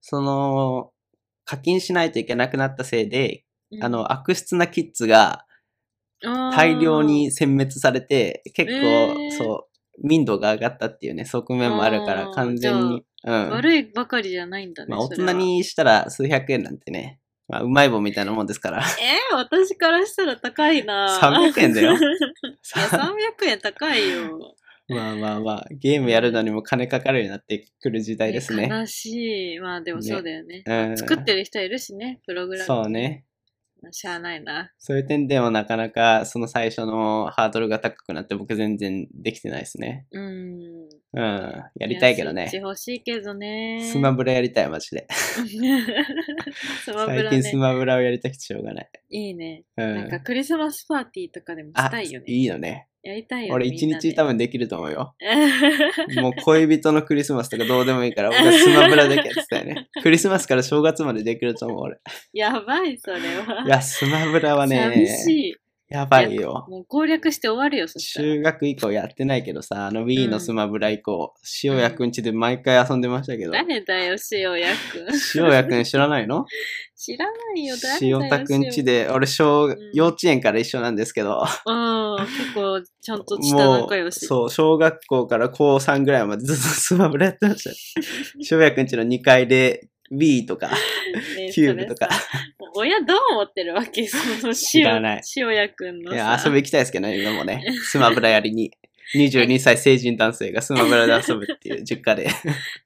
Speaker 1: その、課金しないといけなくなったせいで、
Speaker 2: うん
Speaker 1: あの、悪質なキッズが大量に殲滅されて、結構、
Speaker 2: えー
Speaker 1: そう、民度が上がったっていうね、側面もあるから、
Speaker 2: あー
Speaker 1: 完全に。う
Speaker 2: あー
Speaker 1: ん。
Speaker 2: 悪いばかりじゃないんだね。
Speaker 1: まあ、大
Speaker 2: それは
Speaker 1: 人にしたら数百円なんてね、まあ、うまい棒みたいなもんですから。
Speaker 2: えー私からしたら高いな。
Speaker 1: 300円だよ
Speaker 2: (laughs) いや、300円高いよ。
Speaker 1: まあまあまあ、ゲームやるのにも金かかるようになってくる時代ですね。
Speaker 2: 悲しい。まあでもそうだよね。
Speaker 1: うん、
Speaker 2: 作ってる人いるしね、プログラム。
Speaker 1: そう。ね。
Speaker 2: しゃあないな。
Speaker 1: そういう点でもなかなかその最初のハードルが高くなって僕全然できてないですね。
Speaker 2: うん。
Speaker 1: うん。やりたいけどね
Speaker 2: スイッチ。欲しいけどね。
Speaker 1: スマブラやりたい、マジで。
Speaker 2: (laughs) スマブ
Speaker 1: 最
Speaker 2: ラ
Speaker 1: 近
Speaker 2: ね
Speaker 1: スマブラをやりたくてしょうがない。
Speaker 2: いいね。
Speaker 1: う
Speaker 2: なんか
Speaker 1: ん。
Speaker 2: クリスマスパーティーとかでも
Speaker 1: あ
Speaker 2: したいよね。
Speaker 1: いいよね。
Speaker 2: やりたいよね。
Speaker 1: 俺
Speaker 2: み
Speaker 1: 一
Speaker 2: んなで
Speaker 1: 日多分できると思うよ。
Speaker 2: う
Speaker 1: もう恋人のクリスマスとかどうでもいいから、僕はスマブラだけやってたよ
Speaker 2: (laughs)
Speaker 1: ね。クリスマスから正月までできると思う、俺。
Speaker 2: ん (laughs) やばい、それは。
Speaker 1: いや、スマブラは
Speaker 2: 寂
Speaker 1: ね、
Speaker 2: しい。
Speaker 1: やばいよ。
Speaker 2: もう攻略して終わるよ、そしたら。
Speaker 1: 中学以降やってないけどさ、あの Wii のスマブラ以降、塩谷くんちで毎回遊んでましたけど。
Speaker 2: 誰だよ、塩屋くん。
Speaker 1: 塩谷くん知らないの
Speaker 2: (laughs) 知らないよ、誰だよ。
Speaker 1: 塩田くんち
Speaker 2: で。
Speaker 1: で、俺小
Speaker 2: ん、
Speaker 1: 幼稚園から一緒なんですけど、
Speaker 2: うん、結構、ちゃんと下
Speaker 1: も
Speaker 2: 仲良
Speaker 1: う、
Speaker 2: し。
Speaker 1: そう、小学校から高3ぐらいまでずっとスマブラやってましたよ。
Speaker 2: (laughs)
Speaker 1: 塩谷くんちの2階で Wii とか、
Speaker 2: ね
Speaker 1: キューブとか。
Speaker 2: もう親どう思ってるわけその
Speaker 1: 知らない
Speaker 2: 塩屋くんの
Speaker 1: い
Speaker 2: さ。
Speaker 1: や、遊び行きたいですけどね、今も
Speaker 2: (laughs)
Speaker 1: ね。スマブラやりに。22歳成人男性がスマブラで遊ぶっていう実家で。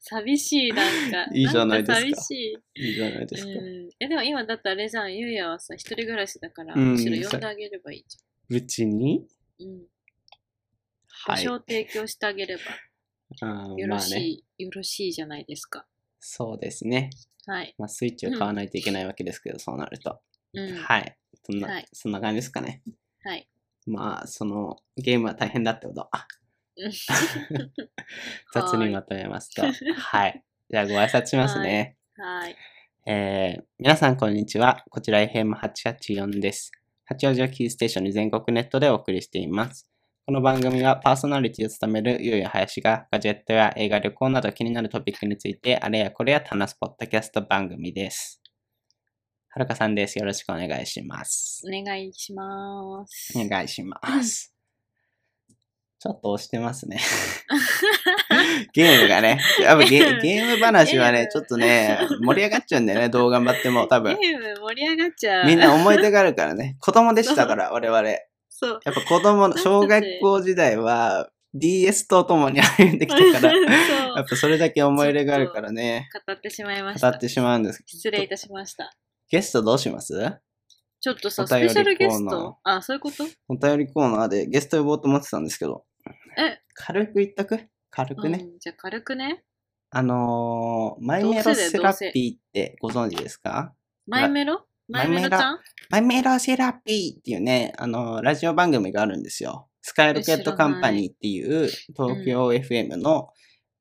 Speaker 2: 寂しい、なんか。
Speaker 1: (laughs) いいじゃないですか
Speaker 2: ん寂し
Speaker 1: い (laughs) いじゃないです
Speaker 2: い。
Speaker 1: か。
Speaker 2: うん。え、でも今だってあれじゃん、ゆうやはさ、一人暮らしだから、
Speaker 1: うん
Speaker 2: むしろ呼んであげればいいじ
Speaker 1: うちに
Speaker 2: ゃん。うん。場
Speaker 1: はい。
Speaker 2: 所を提供してあげれば、
Speaker 1: あー
Speaker 2: よ
Speaker 1: ま
Speaker 2: ろ
Speaker 1: あ
Speaker 2: しい、
Speaker 1: ね。
Speaker 2: よろしいじゃないですか。
Speaker 1: そうですね。
Speaker 2: はい。
Speaker 1: まあ、スイッチを買わないといけないわけですけど、そうなると。
Speaker 2: うん。は
Speaker 1: は
Speaker 2: い。
Speaker 1: い。そんな、
Speaker 2: はい
Speaker 1: そんな感じですかね。まあ、その、ゲームは大変だってこと。
Speaker 2: うん (laughs)
Speaker 1: (laughs) 雑にまとめますと。はい。じゃあ、ご挨拶しますね。
Speaker 2: はい。
Speaker 1: えー皆さんこんにちは。こちら FM884 です。八王子をキーステーションに全国ネットでお送りしています。この番組はパーソナリティを務めるゆうやはやしがガジェットや映画旅行など気になるトピックについてあれやこれやと話すポッドキャスト番組です。はるかさんです。よろしくお願いします。
Speaker 2: お願いします。
Speaker 1: お願いします。ちょっと押してます (laughs) ね。ゲームがね、やっぱゲゲーム話は
Speaker 2: ゲー
Speaker 1: ね
Speaker 2: ム、
Speaker 1: ちょっとね、盛り上がっちゃうんだよね、どう頑張っても、多分。
Speaker 2: ゲーム盛り上がっちゃう。
Speaker 1: みんな思い出があるから
Speaker 2: (laughs)
Speaker 1: ね。子供でしたから、我々。やっ
Speaker 2: そう。
Speaker 1: ぱ子供の、
Speaker 2: 私たち
Speaker 1: 小学校時代は DS と共に歩んできたから、や
Speaker 2: (laughs) そ
Speaker 1: (laughs)
Speaker 2: う
Speaker 1: っぱそれだけ思い入れがあるからね、
Speaker 2: 語ってしまいま
Speaker 1: 語
Speaker 2: した。
Speaker 1: ってしまうんですけど。
Speaker 2: 失礼いたしました。
Speaker 1: ゲストどうします
Speaker 2: ちょっとさ、
Speaker 1: お
Speaker 2: ス
Speaker 1: 便り
Speaker 2: ペシャルゲ
Speaker 1: コー
Speaker 2: ス
Speaker 1: ナー
Speaker 2: トあ、そういうこと
Speaker 1: お便りコーナーでゲスト呼ぼうと思ってたんですけど。
Speaker 2: え
Speaker 1: 軽く言っとく軽くね。
Speaker 2: うん、じゃあ軽くね。
Speaker 1: あのー、マイメロセラピーってご存知ですか
Speaker 2: マイメロマ
Speaker 1: マイ
Speaker 2: イ
Speaker 1: メ
Speaker 2: メ
Speaker 1: ロ
Speaker 2: ロちゃん
Speaker 1: マイメロセラピーっていうね、あの、ラジオ番組があるんですよ。スカイロケットカンパニーっていう東京 FM の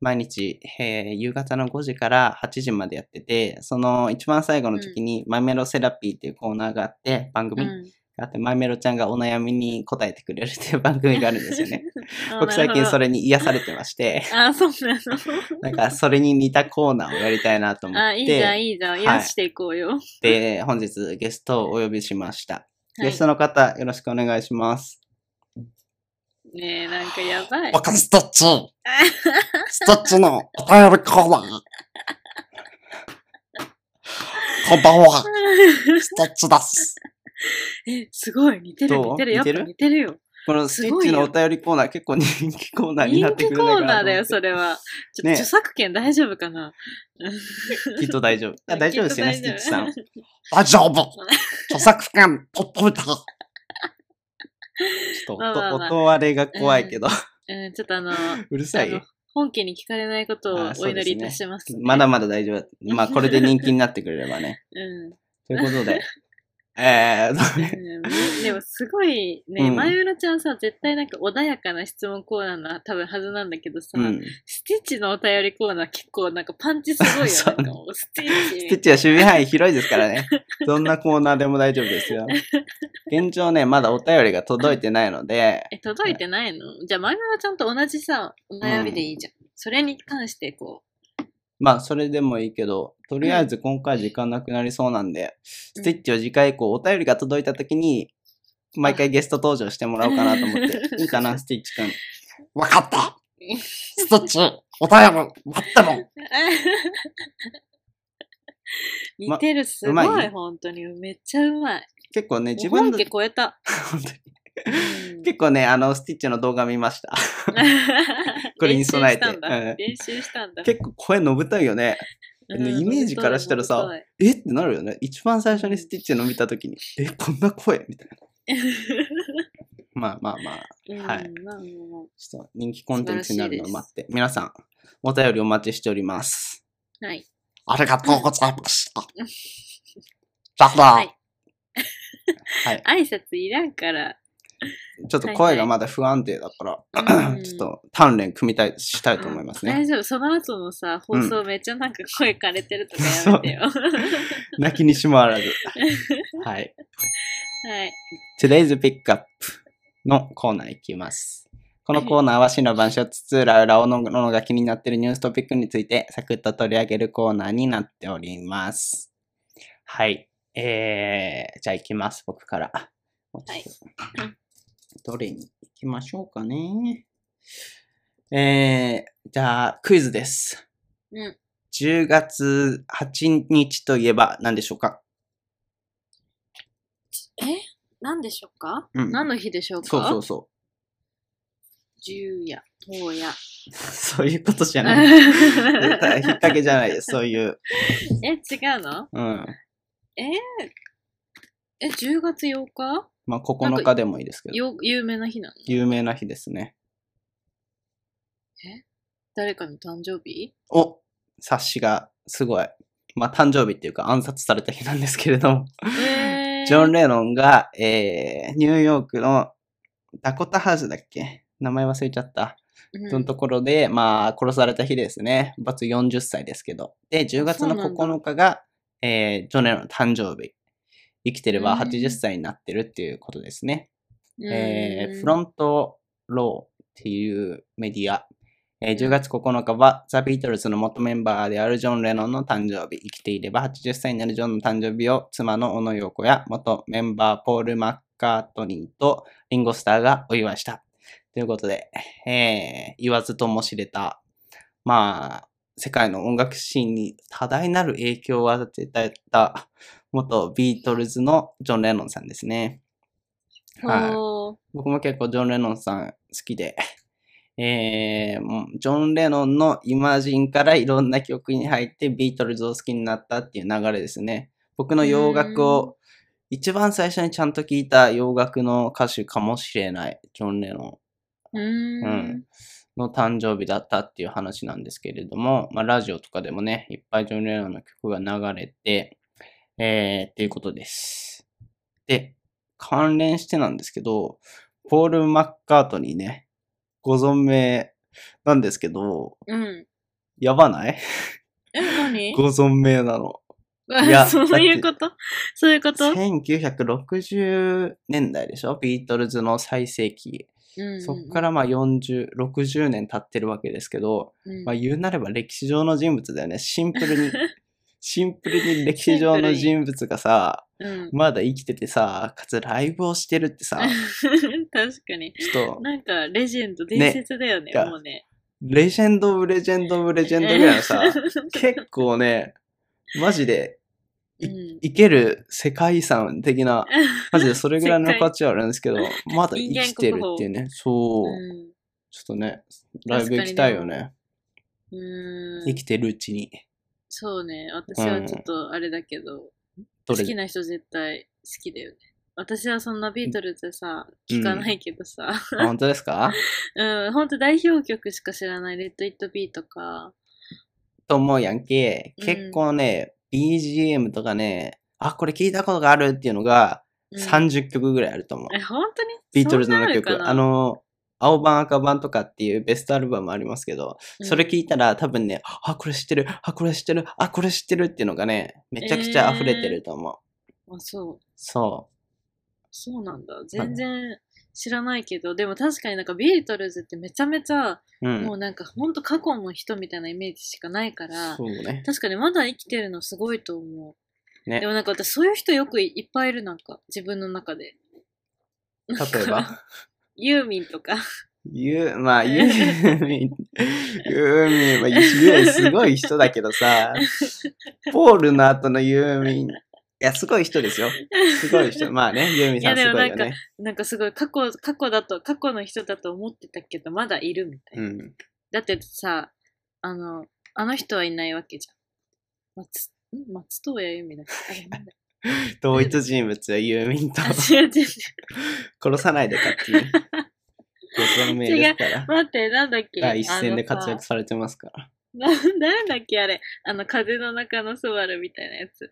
Speaker 1: 毎日、えー夕方の5時から8時までやってて、その一番最後の時にマイメロセラピーっていうコーナーがあって、番組が
Speaker 2: ん。
Speaker 1: あって、マイメロちゃんがお悩みに答えてくれるっていう (laughs) 番組があるんですよ
Speaker 2: (laughs)
Speaker 1: ね。僕最近そ
Speaker 2: れ。
Speaker 1: れに癒されてま
Speaker 2: (laughs)
Speaker 1: して、
Speaker 2: あ、そうな
Speaker 1: なんかそれに似たコーナーをやりたいなと思
Speaker 2: の。
Speaker 1: っ
Speaker 2: あ、いいじゃん、
Speaker 1: て、
Speaker 2: いいじゃ
Speaker 1: は
Speaker 2: ん。
Speaker 1: い
Speaker 2: 癒していこうよ。はい
Speaker 1: で、本日ゲストをお呼びしました。ゲスト
Speaker 2: ね
Speaker 1: の方、よろしくお願いします。
Speaker 2: え、なんかやばい。
Speaker 1: 僕ストッチ
Speaker 2: (laughs)
Speaker 1: ストッチのお便りコーナーこんばんは、ストッチです。
Speaker 2: (laughs) え、すごい。似てる、
Speaker 1: どう
Speaker 2: 似てる。やっぱ
Speaker 1: 似てる
Speaker 2: 似てるよ。
Speaker 1: このスイッチのお便りコーナー結構人気コーナーにな
Speaker 2: 人
Speaker 1: って
Speaker 2: 気
Speaker 1: くれない
Speaker 2: コ
Speaker 1: か
Speaker 2: ー
Speaker 1: なと
Speaker 2: ナーだ
Speaker 1: 思
Speaker 2: よ、
Speaker 1: って
Speaker 2: それは。ちょ
Speaker 1: ね
Speaker 2: 著作権大丈夫かな
Speaker 1: きっと大丈
Speaker 2: (laughs)
Speaker 1: 夫。あ大丈夫ですよね、ス
Speaker 2: きっ
Speaker 1: テ
Speaker 2: と
Speaker 1: ィッ
Speaker 2: 大
Speaker 1: チさ
Speaker 2: 丈夫
Speaker 1: ん。大丈夫著作権取っといたち
Speaker 2: (laughs)
Speaker 1: ょっと音、
Speaker 2: まあまあまあ
Speaker 1: 音割れが怖いけど、
Speaker 2: うん、ちょっとあの、
Speaker 1: うるさ
Speaker 2: あの
Speaker 1: い
Speaker 2: 本家に聞かれないことを
Speaker 1: あそ
Speaker 2: お
Speaker 1: うですね
Speaker 2: 祈りいたしますね。
Speaker 1: まだまだ大丈夫。まあ、これで人気になってくれれば
Speaker 2: (laughs)
Speaker 1: ね。
Speaker 2: うん。
Speaker 1: ということ
Speaker 2: (laughs)
Speaker 1: で、えー、
Speaker 2: うんでもすごいね、
Speaker 1: うん
Speaker 2: 前村ちゃんさ、絶対なんか穏やかな質問コーナーな多分はずなんだけどさ、
Speaker 1: うん。
Speaker 2: スティッチのお便りコーナー結構なんかパンチすごいよ。
Speaker 1: そう
Speaker 2: なんかもうスティッチ。
Speaker 1: スティッチは守備範囲広いですから
Speaker 2: (laughs)
Speaker 1: ね。どんなコーナーでも大丈夫ですよ。現状ね、まだお便りが届いてないので、
Speaker 2: え、届いてないのじゃあ前村ちゃんと同じさ、お悩みでいいじゃん。それに関してこ
Speaker 1: (laughs) まあそれでもいいけど、とりあえず今回時間なくなりそうなんで、
Speaker 2: う
Speaker 1: スティッチを次回以降お便りが届いた時に、毎回ゲスト登場してもらおうかなと思って。いいかな、スティッチくん。わかったスティッチ、お便り待っても
Speaker 2: う。似てる、すごい、
Speaker 1: うまい
Speaker 2: 本当に。めっちゃうまい。
Speaker 1: 結構ね、
Speaker 2: 自
Speaker 1: 自分
Speaker 2: 分本
Speaker 1: の
Speaker 2: 家、超えた。
Speaker 1: 本当に
Speaker 2: う
Speaker 1: (laughs)
Speaker 2: ん
Speaker 1: 結構ね、あの、スティッチの動画見ました。これに備えて
Speaker 2: 練習したんだ
Speaker 1: うん
Speaker 2: 練習したんだ。
Speaker 1: 結構声伸びたいよね。
Speaker 2: うん
Speaker 1: イメージからしたらさ
Speaker 2: 本
Speaker 1: えってなるよね。一番最初にスティッチの見たときに、え、こんな声みたいな。
Speaker 2: 当だ本当だ
Speaker 1: まあまあまあ、
Speaker 2: うん
Speaker 1: はい
Speaker 2: まあまあま
Speaker 1: ちょっと人気コンテンツになるのを
Speaker 2: 素晴ら
Speaker 1: 待
Speaker 2: し
Speaker 1: って、皆さん、お便りお待ちしております。
Speaker 2: あはい。
Speaker 1: ありがとうございま
Speaker 2: (laughs)
Speaker 1: した。だから、
Speaker 2: はい
Speaker 1: はい
Speaker 2: 挨拶いら
Speaker 1: (clears throat)
Speaker 2: んから。
Speaker 1: ちょっと声がまだ不安定だか
Speaker 2: はいは
Speaker 1: ら、
Speaker 2: い
Speaker 1: ちょっと鍛錬組みたい、したいと思います
Speaker 2: あ
Speaker 1: ね
Speaker 2: 大。丈夫。その後のさ、放送めっちゃなんか声枯れてるとかやめてよ。
Speaker 1: 泣きにしもあらず。はい。
Speaker 2: (laughs) はい。
Speaker 1: Today's Pickup のコーナーいきます。このコーナーは、死の晩書つつらうらおのののが気になっているニューストピックについて、サクッと取り上げるコーナーになっております。はい。えー、じゃあ行きます、僕から。
Speaker 2: い
Speaker 1: どれに行きましょうかね。えー、じゃあ、クイズです。
Speaker 2: うん。
Speaker 1: 10月8日といえば何でしょうか
Speaker 2: 何でしょうか
Speaker 1: うん。
Speaker 2: 何の日でしょうか
Speaker 1: そうそう (laughs) そう。
Speaker 2: 十夜、十夜。
Speaker 1: そういうことじゃない。 (laughs) 絶対
Speaker 2: (laughs) え、
Speaker 1: 引っ掛けじゃないです。そういう。
Speaker 2: 違うの
Speaker 1: うん。
Speaker 2: え、10月8日
Speaker 1: まあ、9日でもいいですけど。
Speaker 2: よ有名な日なの
Speaker 1: 有名な日ですね。
Speaker 2: 誰かの誕生日
Speaker 1: お冊子がすごい。まあ、誕生日っていうか暗殺された日なんですけれども。
Speaker 2: えー
Speaker 1: ジョン・レノンが、えー、ニューヨークのダコタハウスだっけ名前忘れちゃった。
Speaker 2: うん
Speaker 1: そのところで、まあ、殺された日ですね。罰40歳ですけど。で、10月の
Speaker 2: そうなんだ
Speaker 1: 9日が、えー、ジョン・レノンの誕生日。生きてれば
Speaker 2: うん
Speaker 1: 80歳になってるっていうことですね。
Speaker 2: うん
Speaker 1: えーフロントローっていうメディア、えー10月9日はザ・ビートルズの元メンバーであるジョン・レノンの誕生日生きていれば80歳になるジョンの誕生日を妻の小野洋子や元メンバーポール・マッカートニーとリンゴスターがお祝いしたということで、えー言わずとも知れたまあ世界の音楽シーンに多大なる影響を与えた元ビートルズのジョン・レノンさんですね。はい
Speaker 2: ほ
Speaker 1: 僕も結構ジョン・レノンさん好きで、えーもうジョン・レノンのイマジンからいろんな曲に入ってビートルズを好きになったっていう流れですね。僕の洋楽を、一番最初にちゃんと聞いた洋楽の歌手かもしれない、ジョン・レノ
Speaker 2: ううーん
Speaker 1: ンの誕生日だったっていう話なんですけれども、まあ、ラジオとかでもね、いっぱいジョン・レノンの曲が流れて、えー、っていうことです。で、関連してなんですけど、ポール・マッカートニーね、ご存命なんですけど、
Speaker 2: うん
Speaker 1: やばない
Speaker 2: え何
Speaker 1: ご存命なの。いや
Speaker 2: (laughs) そういうことそういうこと、
Speaker 1: 1960年代でしょビートルズの最盛期。
Speaker 2: うん、、
Speaker 1: そっかららまあ40、60年経ってるわけですけど、
Speaker 2: うん
Speaker 1: まあ言うなれば歴史上の人物だよね。シンプル
Speaker 2: (laughs)
Speaker 1: に、シンプルに歴史上の人物がさ、
Speaker 2: うん、
Speaker 1: まだ生きててさ、かつライブをしてるってさ、
Speaker 2: (laughs) 確かに
Speaker 1: ちょっと、
Speaker 2: なんかレジェンド伝説だよね
Speaker 1: いや
Speaker 2: もうね
Speaker 1: レジェンド・オブ・レジェンド・オブ・レジェンドぐらいの
Speaker 2: (laughs)
Speaker 1: さ、結構ね、マジで
Speaker 2: う
Speaker 1: い
Speaker 2: ん
Speaker 1: いける世界遺産的な、マジでそれぐらいの価値はあるんです
Speaker 2: (laughs)
Speaker 1: けど、まだ生きてるっていうね、そう、
Speaker 2: うん
Speaker 1: ちょっとね、ライブ行きたいよね、
Speaker 2: う
Speaker 1: 生
Speaker 2: ん
Speaker 1: きてるうちに。
Speaker 2: そうね私はちょっとあれだけど、
Speaker 1: ど
Speaker 2: 好き
Speaker 1: れ
Speaker 2: な人絶対好きだよね。私はそんなビートルズさ、聞かないけどさ、 (laughs)
Speaker 1: あ本当ですか
Speaker 2: うん、ほんと代表曲しか知らない、レッド・イット・ビーとか、
Speaker 1: と思うやんけ、
Speaker 2: うん
Speaker 1: 結構ね、BGM とかね、あ、これ聞いたことがあるっていうのが
Speaker 2: うん
Speaker 1: 30曲ぐらいあると思う。
Speaker 2: え、ほんとに
Speaker 1: ビートルズの
Speaker 2: そんな
Speaker 1: 曲。
Speaker 2: るかな
Speaker 1: あの、青版赤版とかっていうベストアルバムありますけど、それ聞いたら多分ね、あ、これ知ってる、あ、これ知ってる、あ、これ知ってるっていうのがね、めちゃくちゃ溢れてると思う。
Speaker 2: うんあ、そう、
Speaker 1: そ
Speaker 2: そうなんだ。全然知らないけど、でも確かになんかビートルズってめちゃめちゃ、
Speaker 1: う。うん。
Speaker 2: もうなんかほんと過去の人みたいなイメージしかないから
Speaker 1: そ、う
Speaker 2: (laughs)
Speaker 1: ね。
Speaker 2: 確かにまだ生きてるのすごいと思う。
Speaker 1: ね
Speaker 2: でもなんか私そういう人よくいいっぱいいる、なんか自分の中で。
Speaker 1: 例えば、
Speaker 2: ユーミンとか。 (laughs)
Speaker 1: ユー、まあ、ユーミン、ユーミン、まあ、ユーミンすごい人だけどさ、ポールの後のユーミン、いや、すごい人ですよ。すごい人。まあね、ユーミンさん
Speaker 2: いや
Speaker 1: す
Speaker 2: でも
Speaker 1: ご
Speaker 2: ないん
Speaker 1: よ
Speaker 2: か
Speaker 1: ね。
Speaker 2: なんかすごい過去、過去だと、過去の人だと思ってたけど、まだいるみたいな。
Speaker 1: うん。
Speaker 2: だってさ、あの、あの人はいないわけじゃん。松、ん松任谷由実だっけあれなんだ
Speaker 1: 同一人物はユーミンと (laughs)
Speaker 2: あ、違う違う違う。
Speaker 1: 殺さないでかっていう。鉄腕名ですから。
Speaker 2: 待って、なんだっけ
Speaker 1: 第一線で活
Speaker 2: あの
Speaker 1: 躍
Speaker 2: さ
Speaker 1: されてますから。
Speaker 2: な、 (laughs) なんだっけあれ。あの、風の中のスバルみたいなやつ。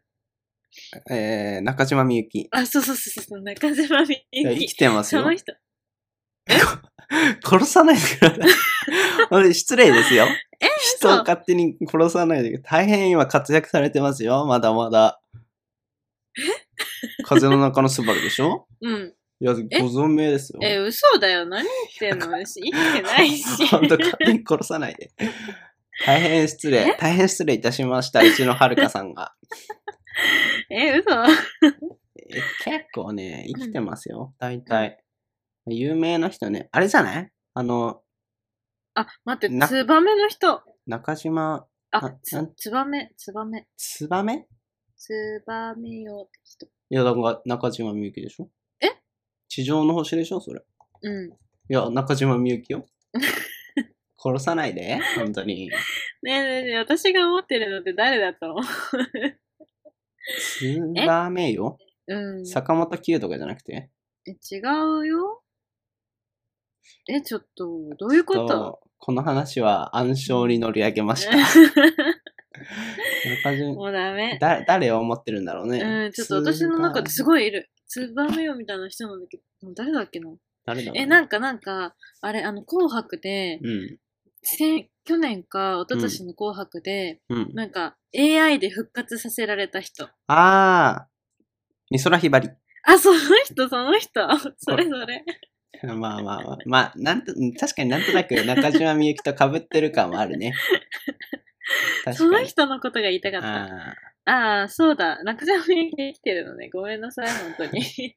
Speaker 1: えー、中島みゆき。
Speaker 2: あ、そうそうそうそう、中島み
Speaker 1: いや
Speaker 2: ゆ
Speaker 1: 生き
Speaker 2: き。
Speaker 1: てます
Speaker 2: そ
Speaker 1: よ
Speaker 2: の。人。
Speaker 1: 殺さないでくだ
Speaker 2: (laughs)
Speaker 1: さい。あれ失礼ですよ。人を
Speaker 2: 嘘
Speaker 1: 勝手に殺さないでください。大変今活躍されてますよ。まだまだ。風の中のスバルでしょ
Speaker 2: うん。
Speaker 1: いや、ご
Speaker 2: え
Speaker 1: 存命ですよ。
Speaker 2: え、嘘だよ。何言ってんの私、生きてないし。
Speaker 1: (laughs) 本当勝手に殺さないで。大変失礼。大変失礼いたしました。うちのはるかさんが。
Speaker 2: え、嘘
Speaker 1: え結構ね、生きてますよ。大体。有名な人ね。あれじゃないあの、
Speaker 2: あ、待って、
Speaker 1: な
Speaker 2: ツバメの人。
Speaker 1: 中島、
Speaker 2: あ
Speaker 1: あ、な
Speaker 2: つ、ツバメ、ツバメ。
Speaker 1: ツバメ
Speaker 2: ツバメよって人。
Speaker 1: いや、だから中島みゆきでしょ
Speaker 2: え
Speaker 1: 地上の星でしょそれ。
Speaker 2: うん。
Speaker 1: いや、中島みゆき
Speaker 2: (laughs)
Speaker 1: よ。殺さないで、本当に。
Speaker 2: ねえねえねえ、私が思ってるのって誰だと思う
Speaker 1: ツバメよ。
Speaker 2: うん。
Speaker 1: 坂本九とかじゃなくて。
Speaker 2: え違うよ。え、ちょっと、どういうこと
Speaker 1: とこの話は暗礁に乗り上げました。
Speaker 2: (laughs)
Speaker 1: 中島
Speaker 2: もうダメ。
Speaker 1: だ誰を思ってるんだろうね。
Speaker 2: うん、ちょっと私の中です
Speaker 1: い。
Speaker 2: ごいいる。ツバメよみたいな人なんだけど、誰だっけな
Speaker 1: 誰だろうね
Speaker 2: え、なんかなんか、あれ、あの、紅白で、
Speaker 1: うん。
Speaker 2: 先去年か一昨年の紅白で、
Speaker 1: うん。
Speaker 2: なんか AI で復活させられた人。
Speaker 1: ああ、美空ひばり。 (laughs)
Speaker 2: あ、その人、その人。それそれ。
Speaker 1: まあまあまあ。まあ、なんと、うん確かになんとなく中島みゆきと被ってる感はある
Speaker 2: (laughs)
Speaker 1: ね。確
Speaker 2: そ
Speaker 1: か
Speaker 2: の
Speaker 1: に。
Speaker 2: 人のことが言いたかった。
Speaker 1: あ
Speaker 2: ああー、そうだ。中島みゆき生きてるのね。ごめんなさい、本
Speaker 1: (laughs)
Speaker 2: 当に。
Speaker 1: ー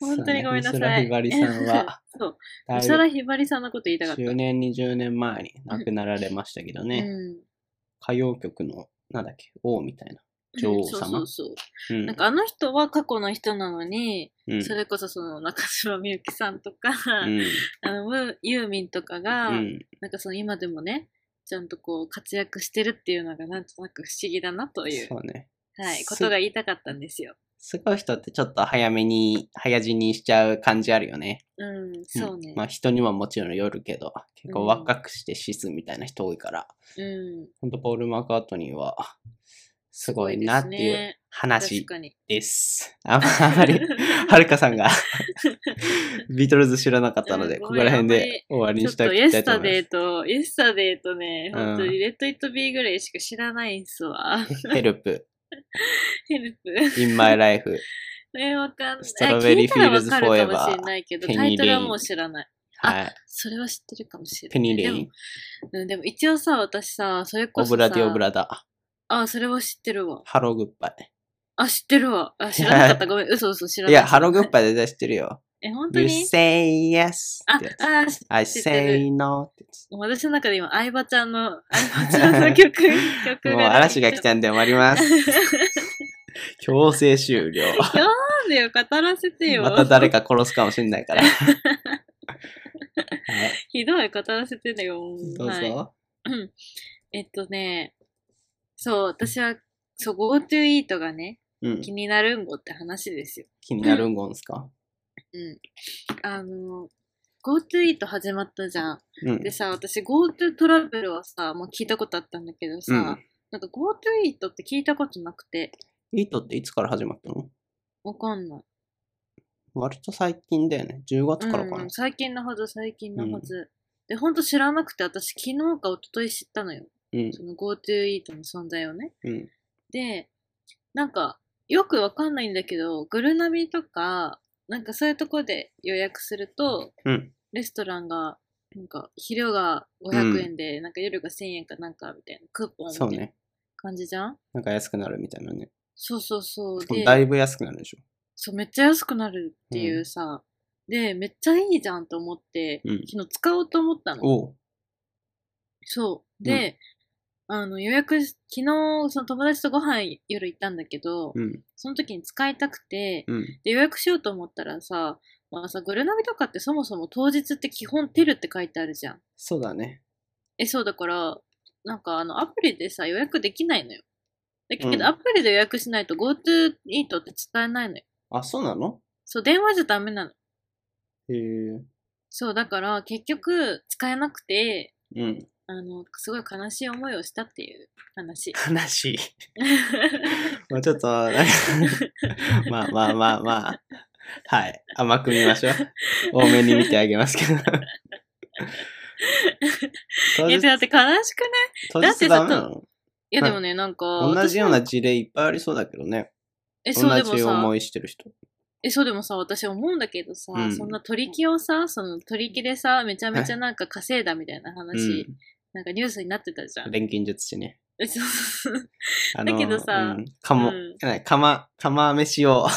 Speaker 2: 本当にごめんなさい
Speaker 1: そうね美空ひばりさんは、
Speaker 2: (laughs) そう。
Speaker 1: だいぶ
Speaker 2: 美空ひばりさんのこと言いたかった。
Speaker 1: 10年、20年前に亡くなられましたけどね。
Speaker 2: うん。
Speaker 1: 歌謡曲の、なんだっけ、王みたいな。女王様
Speaker 2: そうそうそう。
Speaker 1: うん
Speaker 2: なんかあの人は過去の人なのに、
Speaker 1: うん
Speaker 2: それこそその中島みゆきさんとか、
Speaker 1: うん
Speaker 2: (laughs) あのムユーミンとかが、
Speaker 1: うん。
Speaker 2: なんかその今でもね、ちゃんとこう活躍してるっていうのがなんとなく不思議だなという、
Speaker 1: そうね。
Speaker 2: はい、
Speaker 1: す
Speaker 2: ことが言いたかったんですよ。
Speaker 1: すごい人ってちょっと早めに、早死にしちゃう感じあるよね。
Speaker 2: うん、
Speaker 1: うん
Speaker 2: そうね。
Speaker 1: まあ人にはもちろんよるけど、結
Speaker 2: う
Speaker 1: 構
Speaker 2: ん
Speaker 1: 若くして死すみたいな人多いから、
Speaker 2: うん。
Speaker 1: ほんとポール・マカートニーは、すごい
Speaker 2: で
Speaker 1: なっ
Speaker 2: す
Speaker 1: て
Speaker 2: ね
Speaker 1: いう
Speaker 2: 確
Speaker 1: 話
Speaker 2: かに。
Speaker 1: です。あんまあんま
Speaker 2: (laughs)
Speaker 1: り、 (laughs) はるかさんがビートルズ知らなかったので、
Speaker 2: (laughs) うん
Speaker 1: ここ
Speaker 2: ごめん
Speaker 1: ら辺で終わり
Speaker 2: ち
Speaker 1: に
Speaker 2: ょっ
Speaker 1: したい
Speaker 2: と、
Speaker 1: と
Speaker 2: イ
Speaker 1: 思
Speaker 2: エ
Speaker 1: いま
Speaker 2: スタデ
Speaker 1: す。
Speaker 2: イと、イエスタデイとね、
Speaker 1: うん
Speaker 2: 本当に、レッド・イット・ビーぐらいしか知らないん
Speaker 1: (laughs)
Speaker 2: すわ。
Speaker 1: ヘルプ、
Speaker 2: ヘルプ。
Speaker 1: In My Life。
Speaker 2: え、わかんない。
Speaker 1: ストロベリー
Speaker 2: 聞いたらわ
Speaker 1: Fields
Speaker 2: かるかもしれないけど、
Speaker 1: Forever
Speaker 2: タイトルはもう知らない。あ
Speaker 1: はい。
Speaker 2: それは知ってるかもしれない。
Speaker 1: ペニー・レイ
Speaker 2: で
Speaker 1: ン
Speaker 2: も。うん、でも一応さ、私さ、それこ
Speaker 1: オ
Speaker 2: そさ。
Speaker 1: ブラディ・オブラダ。
Speaker 2: あ、それは知ってるわ。
Speaker 1: ハロー・グッバイ。
Speaker 2: あ、知ってるわ。あ、知らなか
Speaker 1: (laughs)
Speaker 2: った。ごめん、嘘嘘知らないい。
Speaker 1: や、ハロー・グ
Speaker 2: グ
Speaker 1: ッバイ絶対知ってるよ。
Speaker 2: え、本当
Speaker 1: You
Speaker 2: に
Speaker 1: say yes
Speaker 2: あ
Speaker 1: ってや、つ。
Speaker 2: あ、知
Speaker 1: I
Speaker 2: 知ってる
Speaker 1: say no ってやつ。
Speaker 2: 私の中で今、相葉ちゃ
Speaker 1: (laughs)
Speaker 2: んの、相葉ちゃんの曲、曲が。
Speaker 1: もう嵐が来
Speaker 2: な
Speaker 1: たんで終わります。
Speaker 2: (laughs)
Speaker 1: 強制終了。
Speaker 2: んでよ、語らせてよ。
Speaker 1: また誰か殺すかもしれないから。はい
Speaker 2: (laughs) ひどい、語らせてよ。も
Speaker 1: どうぞ。
Speaker 2: はいうんえっとね、そう、私は、そう、GoTo イートがね、
Speaker 1: うん、
Speaker 2: 気になるんごって話ですよ。
Speaker 1: 気になるんごんすか、
Speaker 2: うん。あの、GoTo イート始まったじゃん。
Speaker 1: うん
Speaker 2: で、さ、私 GoTo トラベルはさ、もう聞いたことあったんだけどさ、
Speaker 1: うん
Speaker 2: なんか GoTo イートって聞いたことなくて、
Speaker 1: イートっていつから始まったの
Speaker 2: わかんない。
Speaker 1: 割と最近だよね。10月からか
Speaker 2: う
Speaker 1: な。
Speaker 2: ん、最近のはず、最近のはず。で、ほんと知らなくて、私昨日か一昨日知ったのよ。
Speaker 1: うん。
Speaker 2: その GoTo イートの存在をね。
Speaker 1: うん。
Speaker 2: で、なんか、よくわかんないんだけど、グルナビとか、なんかそういうとこで予約すると、
Speaker 1: うん。
Speaker 2: レストランが、なんか、昼が500円で、なんか夜が1000円かなんかみたいな、クーポンみた
Speaker 1: そ
Speaker 2: いうな
Speaker 1: ね。
Speaker 2: 感じじゃん
Speaker 1: なんか安くなるみたいなね。
Speaker 2: そうそうそう。
Speaker 1: でも
Speaker 2: で、
Speaker 1: だいぶ安くなるでしょ。
Speaker 2: そう、めっちゃ安くなるっていうさ、で、めっちゃいいじゃんと思って、
Speaker 1: うん
Speaker 2: 昨日使おうと思ったの。
Speaker 1: おう。
Speaker 2: そう。で、あの、予約し、昨日、その友達とご飯夜行ったんだけど、
Speaker 1: うん。
Speaker 2: その時に使いたくて、
Speaker 1: うん。
Speaker 2: で、予約しようと思ったらさ、まあさ、グルナビとかってそもそも当日って基本テルって書いてあるじゃん。
Speaker 1: そうだね。
Speaker 2: え、そうだから、なんかあの、アプリでさ、予約できないのよ。だけど、
Speaker 1: うん
Speaker 2: アプリで予約しないと GoTo イートって使えないのよ。
Speaker 1: あ、そうなの
Speaker 2: そう、電話じゃダメなの。
Speaker 1: へえ。
Speaker 2: そう、だから結局使えなくて、
Speaker 1: うん。
Speaker 2: あの、すごい悲しい思いをしたっていう話。
Speaker 1: 悲しい。もうちょっと、なんか
Speaker 2: (laughs)
Speaker 1: まあまあまあまあ。はい。甘く見ましょう。多めに見てあげますけ
Speaker 2: (laughs)
Speaker 1: ど。当
Speaker 2: いや、
Speaker 1: 日
Speaker 2: だって悲しくない
Speaker 1: 当
Speaker 2: だって
Speaker 1: 日
Speaker 2: さ
Speaker 1: ダメなの
Speaker 2: いや、でもね、なんか、
Speaker 1: 同じよう
Speaker 2: 私も
Speaker 1: な事例いっぱいありそうだけどね。
Speaker 2: え、
Speaker 1: 同
Speaker 2: そうでも
Speaker 1: じ
Speaker 2: さ
Speaker 1: 思、いしてる人。
Speaker 2: え、そうでもさ、私思うんだけどさ、
Speaker 1: うん
Speaker 2: そんな取り木をさ、その取り木でさ、めちゃめちゃなんか稼いだみたいな
Speaker 1: う
Speaker 2: 話、
Speaker 1: ん。
Speaker 2: なんかニュースになってたじゃん。
Speaker 1: 錬金術師ね。
Speaker 2: えそうそうそう
Speaker 1: あの
Speaker 2: だけどさ
Speaker 1: うん、かも、
Speaker 2: うん
Speaker 1: え釜、釜飯
Speaker 2: (laughs)
Speaker 1: を、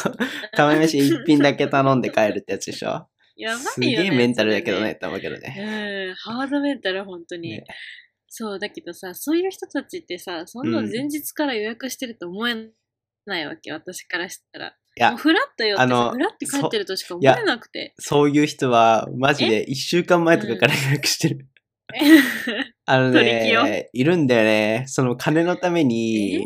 Speaker 1: 釜飯一品だけ頼んで帰るってやつでしょ。
Speaker 2: (laughs) やばいよね。
Speaker 1: すげえメンタルだけど
Speaker 2: それ
Speaker 1: ね、。と思うけどね。
Speaker 2: うん、ハードメンタル、本当に。
Speaker 1: ね
Speaker 2: そう、だけどさ、そういう人たちってさ、そんなの前日から予約してると思えないわけ、私からしたら。
Speaker 1: いや
Speaker 2: もうフラッとよって
Speaker 1: あの
Speaker 2: さ、フラッて帰ってるとしか思
Speaker 1: そういや
Speaker 2: えなくて。
Speaker 1: そういう人は、マジで一週間前とかから予約してる。あの
Speaker 2: 取り
Speaker 1: ね、いるんだよね。その金のために、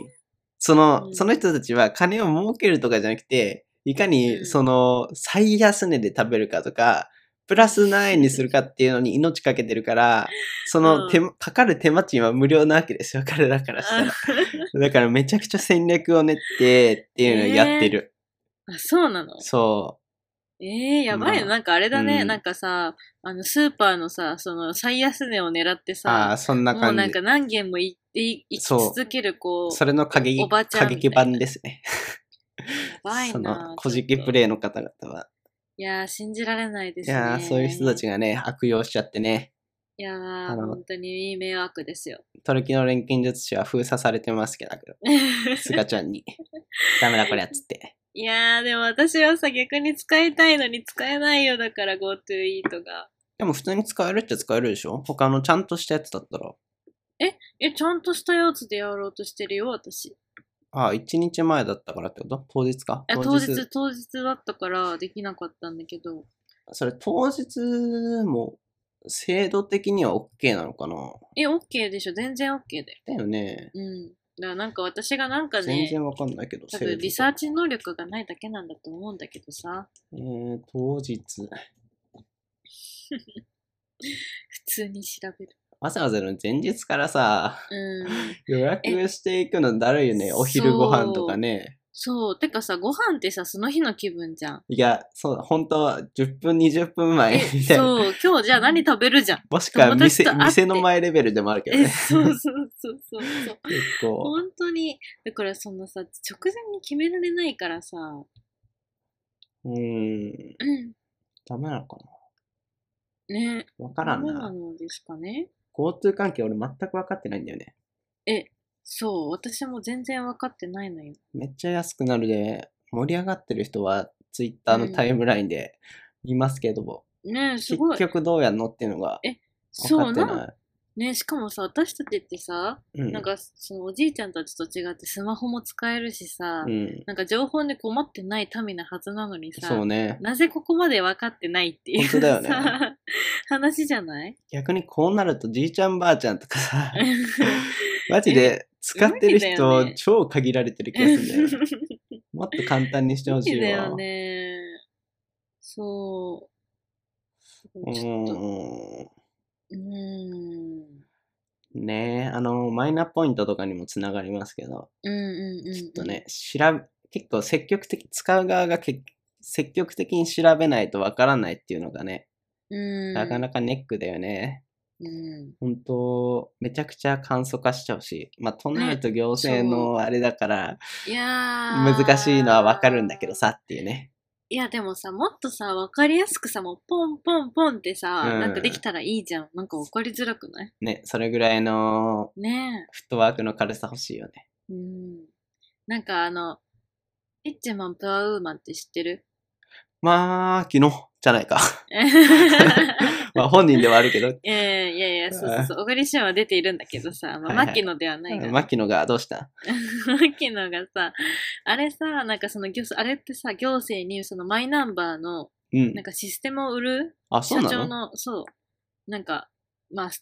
Speaker 1: その、
Speaker 2: うん
Speaker 1: その人たちは金を儲けるとかじゃなくて、いか
Speaker 2: う
Speaker 1: に
Speaker 2: ん
Speaker 1: その最安値で食べるかとか、プラス何円にするかっていうのに命かけてるから、その手間、かかる手間賃は無料なわけですよ、彼らからしたら。だからめちゃくちゃ戦略を練ってっていうのをや
Speaker 2: (laughs)
Speaker 1: ってる。
Speaker 2: (laughs) あ、そうなの
Speaker 1: そ
Speaker 2: ええやばいの、
Speaker 1: まあ
Speaker 2: なんかあれだね、
Speaker 1: うん
Speaker 2: なんかさ、あの、スーパーのさ、その、最安値を狙って
Speaker 1: う。ああ
Speaker 2: さ
Speaker 1: ー、、そんな
Speaker 2: もう
Speaker 1: 感
Speaker 2: なん
Speaker 1: じ
Speaker 2: か。何軒も行って、い行き
Speaker 1: そう
Speaker 2: 続ける、こう、
Speaker 1: それの過激
Speaker 2: おばちゃ
Speaker 1: 過
Speaker 2: んみた
Speaker 1: 激
Speaker 2: いな
Speaker 1: 版ですね。
Speaker 2: やばい
Speaker 1: そ
Speaker 2: な
Speaker 1: の、。こじきプ
Speaker 2: イ。
Speaker 1: レイの方々は。
Speaker 2: いやー、信じられないで
Speaker 1: い
Speaker 2: すね。
Speaker 1: やー、そういう人たちがね、悪用しちゃってね、
Speaker 2: いやー、
Speaker 1: あの
Speaker 2: 本当にいい迷惑ですよ。
Speaker 1: トルキの錬金術師は封鎖されてます
Speaker 2: (laughs)
Speaker 1: けど、スガちゃんに。ダメだこれっつって。
Speaker 2: (laughs) いやー、でも私はさ、逆に使いたいのに使えないよ、だから GoTo イートが。
Speaker 1: でも普通に使えるっちゃ使えるでしょ他のちゃんとしたやつだったら。
Speaker 2: え、ちゃんとしたやつでやろうとしてるよ、私。
Speaker 1: ああ、1日前だったからってこと当日か
Speaker 2: あ当日、当日だったからできなかったんだけど。
Speaker 1: それ当日も制度的には OK なのかな
Speaker 2: え、OK でしょ全然 OK だよ。
Speaker 1: だよね。
Speaker 2: うん。だからなんか私がなんか
Speaker 1: 全
Speaker 2: ね、
Speaker 1: 然わかんないけど、
Speaker 2: 多
Speaker 1: 制度
Speaker 2: 分リサーチ能力がないだけなんだと思うんだけどさ、
Speaker 1: えー、当日。
Speaker 2: 普通に調べる。
Speaker 1: わざわざの前日からさ、
Speaker 2: うん。
Speaker 1: 予約していくのだるいよね。
Speaker 2: え
Speaker 1: お昼ご飯とかね。
Speaker 2: そう。てかさ、ご飯ってさ、その日の気分じゃん。
Speaker 1: いや、そうだ、本当は10分、20分
Speaker 2: え
Speaker 1: 前、みたいな。
Speaker 2: そう。今日じゃあ何食べるじゃん。
Speaker 1: もしくは
Speaker 2: 友達
Speaker 1: 店
Speaker 2: と会って
Speaker 1: 店の前レベルでもあるけど
Speaker 2: え、
Speaker 1: ね。
Speaker 2: そうそうそうそうそう。
Speaker 1: 結構。
Speaker 2: 本当に。だからそのさ、直前に決められないからさ、
Speaker 1: うーん。
Speaker 2: うん。
Speaker 1: ダメなのか
Speaker 2: ね。
Speaker 1: なわからん
Speaker 2: どうな
Speaker 1: な。
Speaker 2: のですかね。
Speaker 1: GoTo 関係俺全く分かってないんだよね。
Speaker 2: え、そう。私も全然分かってないのよ。
Speaker 1: めっちゃ安くなるで、盛り上がってる人は Twitter のタイムラインで見ますけども、
Speaker 2: ねえ、す
Speaker 1: 結
Speaker 2: ごい。
Speaker 1: 局どうやんのっていうのが分
Speaker 2: そ
Speaker 1: か
Speaker 2: う
Speaker 1: っ
Speaker 2: な
Speaker 1: て
Speaker 2: ん
Speaker 1: な
Speaker 2: ね、しかもさ、私たちってさ、
Speaker 1: い。うん
Speaker 2: なんか、そのおじいちゃんたちと違ってスマホも使えるしさ、
Speaker 1: うん。
Speaker 2: なんか情報で困ってない民なはずなのにさ、
Speaker 1: そうね。
Speaker 2: なぜここまで分かってないっていう
Speaker 1: 本当だよね
Speaker 2: さ (laughs) 話じゃない (laughs)
Speaker 1: 逆にこうなるとじいちゃんばあちゃんとかさ、マジで使ってる
Speaker 2: 無理だよ
Speaker 1: 人
Speaker 2: ね
Speaker 1: 超限られてる気がするんだよね。もっと簡単にしてほし
Speaker 2: そう
Speaker 1: い
Speaker 2: だ
Speaker 1: わ。
Speaker 2: よね。そう。ちょっと、
Speaker 1: うん。
Speaker 2: うーん。
Speaker 1: ねえ、あの、マイナポイントとかにもつながりますけど、
Speaker 2: うんうんうん。ちょっ
Speaker 1: と。ね、調べ、結構積極的、使う側がけ積極的に調べないとわからないっていうのがね、
Speaker 2: うん。
Speaker 1: なかなかネックだよね。
Speaker 2: うん。
Speaker 1: 本当めちゃくちゃ簡素化してほしい。まあ、都内と行政
Speaker 2: そ
Speaker 1: のあれだから、
Speaker 2: いやー
Speaker 1: 難しいのはわかるんだけどさっていうね。
Speaker 2: いやでもさ、もっとさ、わかりやすくさ、もうポンポンポンってさ、
Speaker 1: うん
Speaker 2: なんかできたらいいじゃん。なんかわかりづらくない
Speaker 1: ね、それぐらいの
Speaker 2: ね
Speaker 1: フットワークの軽さ欲しいよね。
Speaker 2: え。うん。なんかあの、イッチマン、プアウーマンって知って
Speaker 1: (laughs)
Speaker 2: る (laughs)
Speaker 1: まあ、昨日じゃないか。 (laughs) まあ、本人ではあるけど、
Speaker 2: えー、いやいや、そうそうそう。小栗旬は出ているんだけどさ、ま
Speaker 1: は
Speaker 2: あ、
Speaker 1: いはい
Speaker 2: 牧野ではないが、
Speaker 1: 牧野がどうした
Speaker 2: (laughs) 牧野がさ、あれさ、なんかその行、あれってさ、行政にそのマイナンバーの、
Speaker 1: うん
Speaker 2: なん。かシステムを売る
Speaker 1: あ、そう
Speaker 2: 社
Speaker 1: な
Speaker 2: 長
Speaker 1: の
Speaker 2: の、そう、なんか、まあ、さ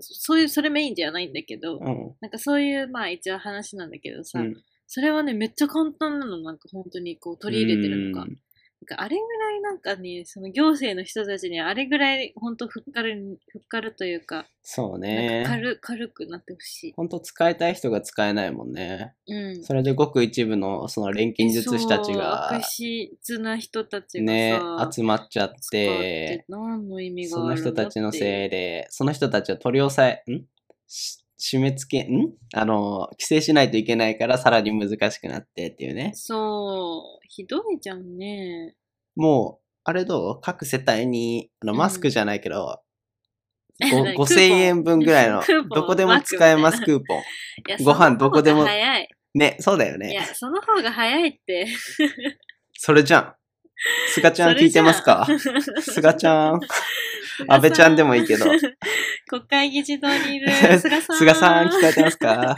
Speaker 2: そういう、それメインじゃないんだけど、
Speaker 1: うん。
Speaker 2: なんかそういう、まあ一応話なんだけどさ、
Speaker 1: うん
Speaker 2: それはね、めっちゃ簡単なの、なんか本当にこう取り入れてるのが。
Speaker 1: うん
Speaker 2: なんかあれぐらいなんかね、その行政の人たちにあれぐらい本当ふっかる、ふっかるというか、
Speaker 1: そう
Speaker 2: なんか
Speaker 1: ね。
Speaker 2: 軽軽くなってほし
Speaker 1: ほんと使いたい人が使えないもんね。
Speaker 2: い。うん。
Speaker 1: それでごく一部のその錬金術師たち
Speaker 2: そう
Speaker 1: が
Speaker 2: 悪質な人たちがさ、
Speaker 1: ね、集まっちゃっ
Speaker 2: 使って
Speaker 1: て、
Speaker 2: 何の意味が
Speaker 1: そ
Speaker 2: あ
Speaker 1: の
Speaker 2: る
Speaker 1: 人
Speaker 2: ん
Speaker 1: た
Speaker 2: だって
Speaker 1: ちのせいで、その人たちを取り押さえ、んし締め付け、んあの、規制しないといけないからさらに難しくなってっていうね。
Speaker 2: そう、ひどいじゃんね。
Speaker 1: もう、あれどう各世帯に、あの、
Speaker 2: うん
Speaker 1: マスクじゃないけど、ご
Speaker 2: 何
Speaker 1: 5000円分ぐらいの
Speaker 2: (laughs) クーポン、
Speaker 1: どこでも使えます
Speaker 2: マッ
Speaker 1: クーポン。
Speaker 2: いや
Speaker 1: ご飯どこでも
Speaker 2: その方が早い。
Speaker 1: ね、そうだよ
Speaker 2: いや、
Speaker 1: ね。
Speaker 2: その方が早いって。
Speaker 1: それじゃん。すがちゃん
Speaker 2: それ
Speaker 1: 聞い
Speaker 2: じ
Speaker 1: て
Speaker 2: ゃん
Speaker 1: ます
Speaker 2: (laughs)
Speaker 1: かすがちゃん。安倍ちゃんでもいいけど。
Speaker 2: 国会議事堂
Speaker 1: (laughs)
Speaker 2: にいる菅さん。
Speaker 1: 菅さん、聞かれてますか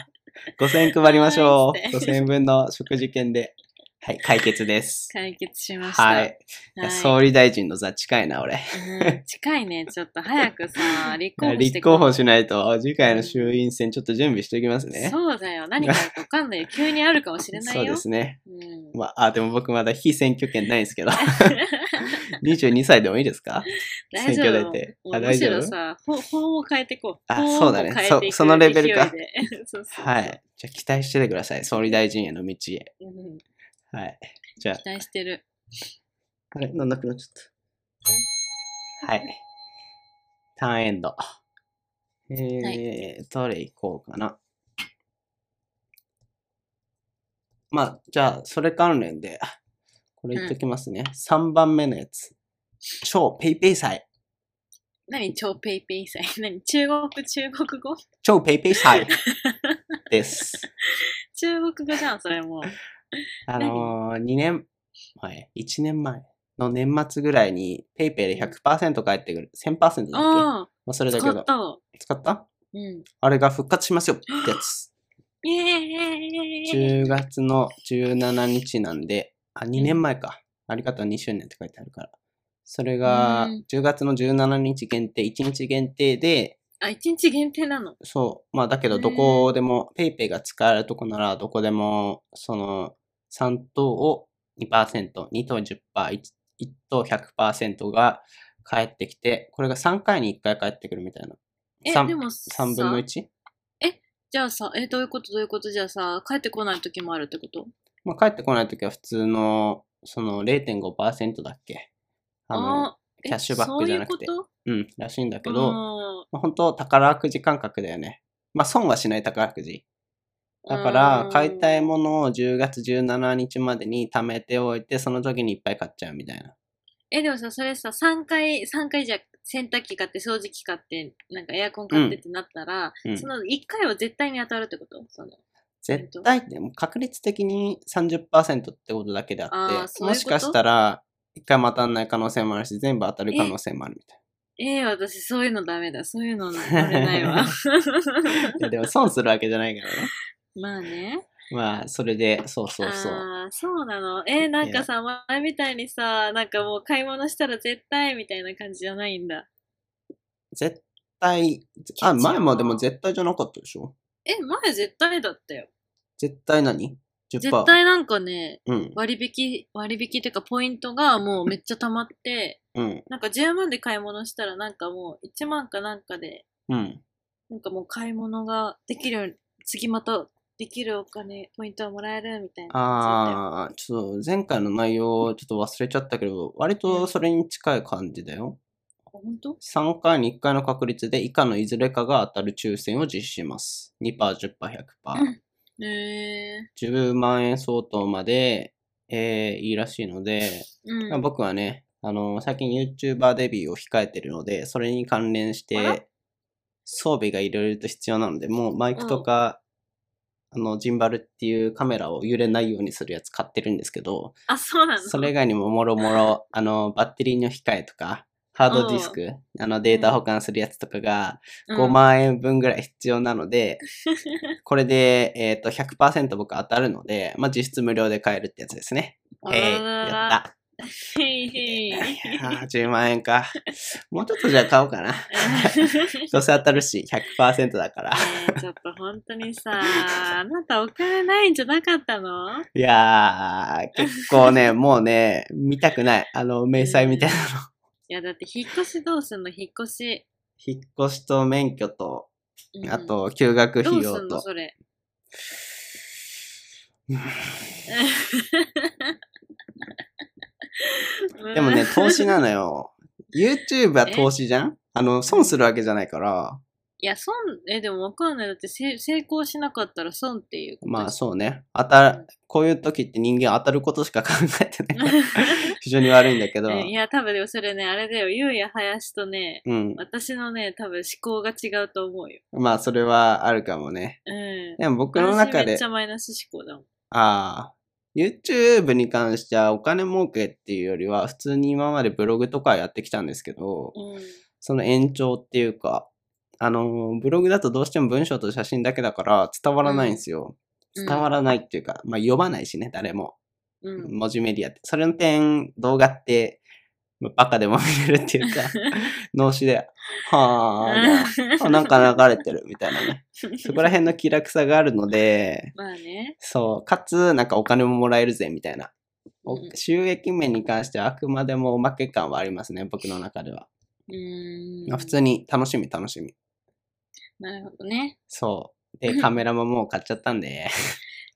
Speaker 1: ?5000 円配りましょ。
Speaker 2: はいう
Speaker 1: 5000円分の食事券で。はい、解決です。
Speaker 2: 解決しました。
Speaker 1: はい。いや
Speaker 2: はい
Speaker 1: 総理大臣の座近いな、俺。
Speaker 2: うん近いね、ちょっと早く
Speaker 1: (laughs)
Speaker 2: さ、立候補して
Speaker 1: 立候補
Speaker 2: な
Speaker 1: しないと、次回の衆院選ちょっと準備しておきますね。
Speaker 2: そうだよ、何かあるかわかんないよ。急にあるかもしれないよ。
Speaker 1: そうですね。
Speaker 2: うん
Speaker 1: まあ、あでも僕まだ非選挙権ないんですけど。22歳でもいいですか
Speaker 2: (laughs) 大丈
Speaker 1: 選挙
Speaker 2: 夫
Speaker 1: だって
Speaker 2: もう
Speaker 1: あ
Speaker 2: む
Speaker 1: 大
Speaker 2: し
Speaker 1: 丈夫
Speaker 2: ろさ、法法を変えてこう。
Speaker 1: あ
Speaker 2: 法を
Speaker 1: そうだね
Speaker 2: 変えていく
Speaker 1: そそのレベルか
Speaker 2: 勢いで (laughs) そうそうそう
Speaker 1: はい。じゃあ期待しててください。総理大臣への道へ。
Speaker 2: うん期
Speaker 1: はい。じゃあ、
Speaker 2: 待してる。
Speaker 1: あれなんなくなっちゃった。はい。ターンエンド。えー、どれ行こうかな。まあ、じゃあ、それ関連で、これ言っときますね。3番目のやつ。超ペイペイ祭。
Speaker 2: 何超ペイペイ祭。 (laughs) 何中国、中国語 (laughs)
Speaker 1: 超ペイペイ祭です。
Speaker 2: 中国語じゃん、それもう。
Speaker 1: (laughs) あのー、2年前、1年前の年末ぐらいに、ペイペイで100%返ってくる。1000%だっけま
Speaker 2: あ
Speaker 1: あ、そ
Speaker 2: あ、
Speaker 1: れだけ
Speaker 2: 使
Speaker 1: ど
Speaker 2: っ。たわ。
Speaker 1: 使った
Speaker 2: うん。
Speaker 1: あれが復活しますよってや
Speaker 2: (gasps)
Speaker 1: つ。
Speaker 2: イエーイ
Speaker 1: 10月の17日なんで、あ、2年前か。ありがとう2周年って書いてあるから。それが
Speaker 2: うん、
Speaker 1: 10月の17日限定、1日限定で、
Speaker 2: あ、1日限定なの。
Speaker 1: そう、まあだけど
Speaker 2: うん
Speaker 1: どこでも、ペイペイが使えるとこなら、どこでも、その、3等を2%、2等10%、1, 等100%が返ってきて、これが3回に1回返ってくるみたいな。
Speaker 2: え、
Speaker 1: 三
Speaker 2: でもさ、
Speaker 1: 3分の 1?
Speaker 2: じゃあさ、え、どういうことどういうことじゃあさ、帰ってこない時もあるってこと
Speaker 1: まあ、帰ってこないときは普通の、その0.5%だっけあの、
Speaker 2: あーえ
Speaker 1: キャッシュバックじゃなくて
Speaker 2: そういうこ
Speaker 1: うん、らしいんだけ
Speaker 2: と
Speaker 1: ど、まあ、本当宝くじ感覚だよね。まあ、損はしない宝くじ。だから、買いたいものを10月17日までに貯めておいて、その時にいっぱい買っちゃうみたいな。
Speaker 2: え、でもさ、それさ、3回、三回じゃ、洗濯機買って、掃除機買って、なんかエアコン買ってってなったら、
Speaker 1: うん
Speaker 2: その1回は絶対に当たるってことその
Speaker 1: 絶対、でも確率的に30%ってことだけであって、
Speaker 2: あーそういうこと
Speaker 1: もしかしたら、一回も当たんない可能性もあるし、全部当たる可能性もあるみたい
Speaker 2: えー、私そういうのダメだ。そういうのあれな
Speaker 1: (laughs)
Speaker 2: いわ。
Speaker 1: な。いや、でも損するわけじゃないからね。
Speaker 2: まあね。
Speaker 1: まあ、それで、そうそうそう。
Speaker 2: あーそうなの。えー、なんかさ、前みたいにさ、なんかもう買い物したら絶対みたいな感じじゃないんだ。
Speaker 1: 絶対、
Speaker 2: や
Speaker 1: あ、
Speaker 2: な
Speaker 1: 前もでも絶対じゃなかったでしょ
Speaker 2: え、前絶対だったよ。
Speaker 1: 絶対何 ?10%。
Speaker 2: 絶対なんかね、
Speaker 1: うん。
Speaker 2: 割引、割引っていうかポイントがもうめっちゃ溜まって、
Speaker 1: うん。
Speaker 2: なんか10万で買い物したらなんかもう1万かなんかで、
Speaker 1: うん。
Speaker 2: なんかもう買い物ができるように、次またできるお金、ポイントをもらえるみたいな感
Speaker 1: ああ、ちょっと前回の内容をちょっと忘れちゃったけど、割とそれに近い感じだよ。
Speaker 2: じだったよ。本当
Speaker 1: 3回に1回の確率で以下のいずれかが当たる抽選を実施します。2%、10%、100%。
Speaker 2: へえ
Speaker 1: 10万円相当まで、えー、いいらしいので、
Speaker 2: うん。
Speaker 1: まあ僕はね、あの、最近 YouTuber デビューを控えてるので、それに関連し
Speaker 2: あら
Speaker 1: て、装備がいろいろと必要なので、もうマイクとか、あの、ジンバルっていうカメラを揺れないようにするやつ買ってるんですけど、
Speaker 2: あ、そうなの
Speaker 1: それ以外にももろも
Speaker 2: (laughs)
Speaker 1: ろ、あの、バッテリーの控えとか、ハードディスク、あの、データ保管するやつとかが、5
Speaker 2: うん
Speaker 1: 万円分ぐらい必要なの
Speaker 2: (laughs)
Speaker 1: で、これで、えっと、100%僕当たるので、まあ、実質無料で買えるってやつですね。
Speaker 2: あ
Speaker 1: え
Speaker 2: ら
Speaker 1: ー、
Speaker 2: らら
Speaker 1: やった。
Speaker 2: へいへい。
Speaker 1: あー10万円か。 (laughs) もうちょっとじゃあ買おうか
Speaker 2: (laughs)
Speaker 1: な。どうせ当たるし、100%だから。
Speaker 2: ねえちょっと本当にさ、あなたお金ないんじゃなかったの
Speaker 1: いやー、結構
Speaker 2: (laughs)
Speaker 1: ね、もうね、見たくない。あの、明細みたいなの。
Speaker 2: いや、だって引っ越しどうすんの引っ越し。
Speaker 1: 引っ越しと免許と、
Speaker 2: うん
Speaker 1: あと、休学
Speaker 2: ど
Speaker 1: 費
Speaker 2: うす
Speaker 1: 用
Speaker 2: んの
Speaker 1: と。
Speaker 2: それ。
Speaker 1: (laughs) でもね、投資なのよ。YouTube は投資じゃんあの、損するわけじゃないから。
Speaker 2: いや、損、え、でもわかんない。だってせ成功しなかったら損っていうこと
Speaker 1: まあ
Speaker 2: し
Speaker 1: そうね。当た、こういう時って人間当たることしか考えてない
Speaker 2: (laughs)
Speaker 1: から。非常に悪いんだけど。
Speaker 2: えいや、多分でもそれね、あれだよ。ゆうやはやしとね、
Speaker 1: うん。
Speaker 2: 私のね、多分思考が違うと思うよ。
Speaker 1: まあそれはあるかもね。
Speaker 2: うん。
Speaker 1: でも僕の中
Speaker 2: 私め
Speaker 1: で
Speaker 2: っち、ゃマイナス思考だもん。
Speaker 1: ああ、YouTube に関してはお金儲けっていうよりは、普通に今までブログとかやってきたんですけど、
Speaker 2: うん。
Speaker 1: その延長っていうか、あのー、ブログだとどうしても文章と写真だけだから伝わらないんですよ。
Speaker 2: うん
Speaker 1: 伝わらないっていうか、まあ読まないしね、誰も。
Speaker 2: うん。
Speaker 1: 文字メディアって。それの点、動画って、まあバカでも見れるってい
Speaker 2: (laughs)
Speaker 1: うか、脳死で、はあ、あなんか流れてるみたいなね。そこら辺の気楽さがあるので、
Speaker 2: (laughs) まあね。
Speaker 1: そう、かつ、なんかお金ももらえるぜみたいな。お
Speaker 2: うん
Speaker 1: 収益面に関してはあくまでもおまけ感はありますね、僕の中では。
Speaker 2: うー
Speaker 1: ま
Speaker 2: ん。
Speaker 1: あ普通に楽しみ楽しみ。
Speaker 2: なるほどね。
Speaker 1: そう。で、カメラももう買っちゃったんで、、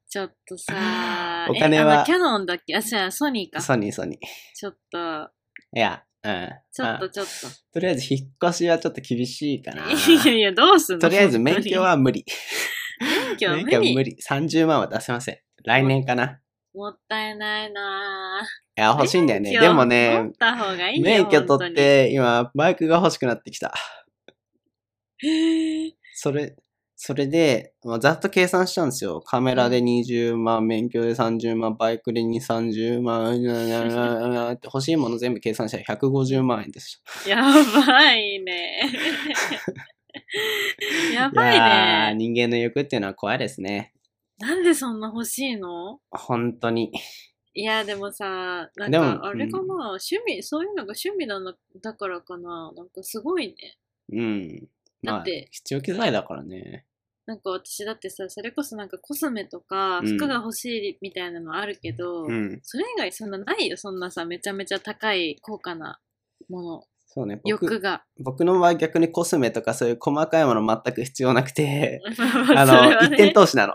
Speaker 2: ちょっとさ
Speaker 1: お金は
Speaker 2: えあのキャノンだっけあ、そうや、ソニーか。
Speaker 1: ソニーソニー。
Speaker 2: ちょっと、
Speaker 1: いや、うん。
Speaker 2: ちょっと
Speaker 1: あ
Speaker 2: ちょっと。
Speaker 1: とりあえず引っ越しはちょっと厳しいか
Speaker 2: (laughs)
Speaker 1: な。
Speaker 2: いやいや、どうすんの
Speaker 1: とりあえず免許。は無理。
Speaker 2: 本当に免許
Speaker 1: は
Speaker 2: は無
Speaker 1: 無
Speaker 2: 理。
Speaker 1: 理。30万は出せません。来年かな。
Speaker 2: もったいないなぁ。
Speaker 1: いや、欲しいんだよね。
Speaker 2: 免許
Speaker 1: でもね
Speaker 2: 持っ、た方がいいよ
Speaker 1: 免許取っ。て、今、バイクが欲しくなってきた。
Speaker 2: 本当にへぇ
Speaker 1: それ、それで、まあ、ざっと計算したんですよ。カメラで20万、免許で30万、バイクで2、30万、って欲しいもの全部計算したら150万円でし
Speaker 2: やばい
Speaker 1: (laughs)
Speaker 2: ね。
Speaker 1: た。
Speaker 2: やばい
Speaker 1: やー
Speaker 2: ね。
Speaker 1: 人間の欲っていうのは怖いですね。
Speaker 2: なんでそんな欲しいの
Speaker 1: 本当に。
Speaker 2: いや、でもさ、なん
Speaker 1: で
Speaker 2: か
Speaker 1: も、
Speaker 2: あれかな、
Speaker 1: うん
Speaker 2: 趣味、そういうのが趣味なのだからかな、なんかすごいね。
Speaker 1: うん。ま
Speaker 2: だ
Speaker 1: あ
Speaker 2: って、
Speaker 1: 必要機材だからね。
Speaker 2: なんか私だってさ、それこそなんかコスメとか
Speaker 1: うん
Speaker 2: 服が欲しいみたいなのあるけど、
Speaker 1: うん。
Speaker 2: それ以外そんなないよ、そんなさ、めちゃめちゃ高い高価なもの、
Speaker 1: そうね。
Speaker 2: 欲
Speaker 1: 僕、
Speaker 2: が。
Speaker 1: 僕の場合逆にコスメとかそういう細かいもの全く必要なく
Speaker 2: (laughs)
Speaker 1: て、 (laughs) あ
Speaker 2: あ
Speaker 1: の、一点投資
Speaker 2: (laughs)
Speaker 1: なの。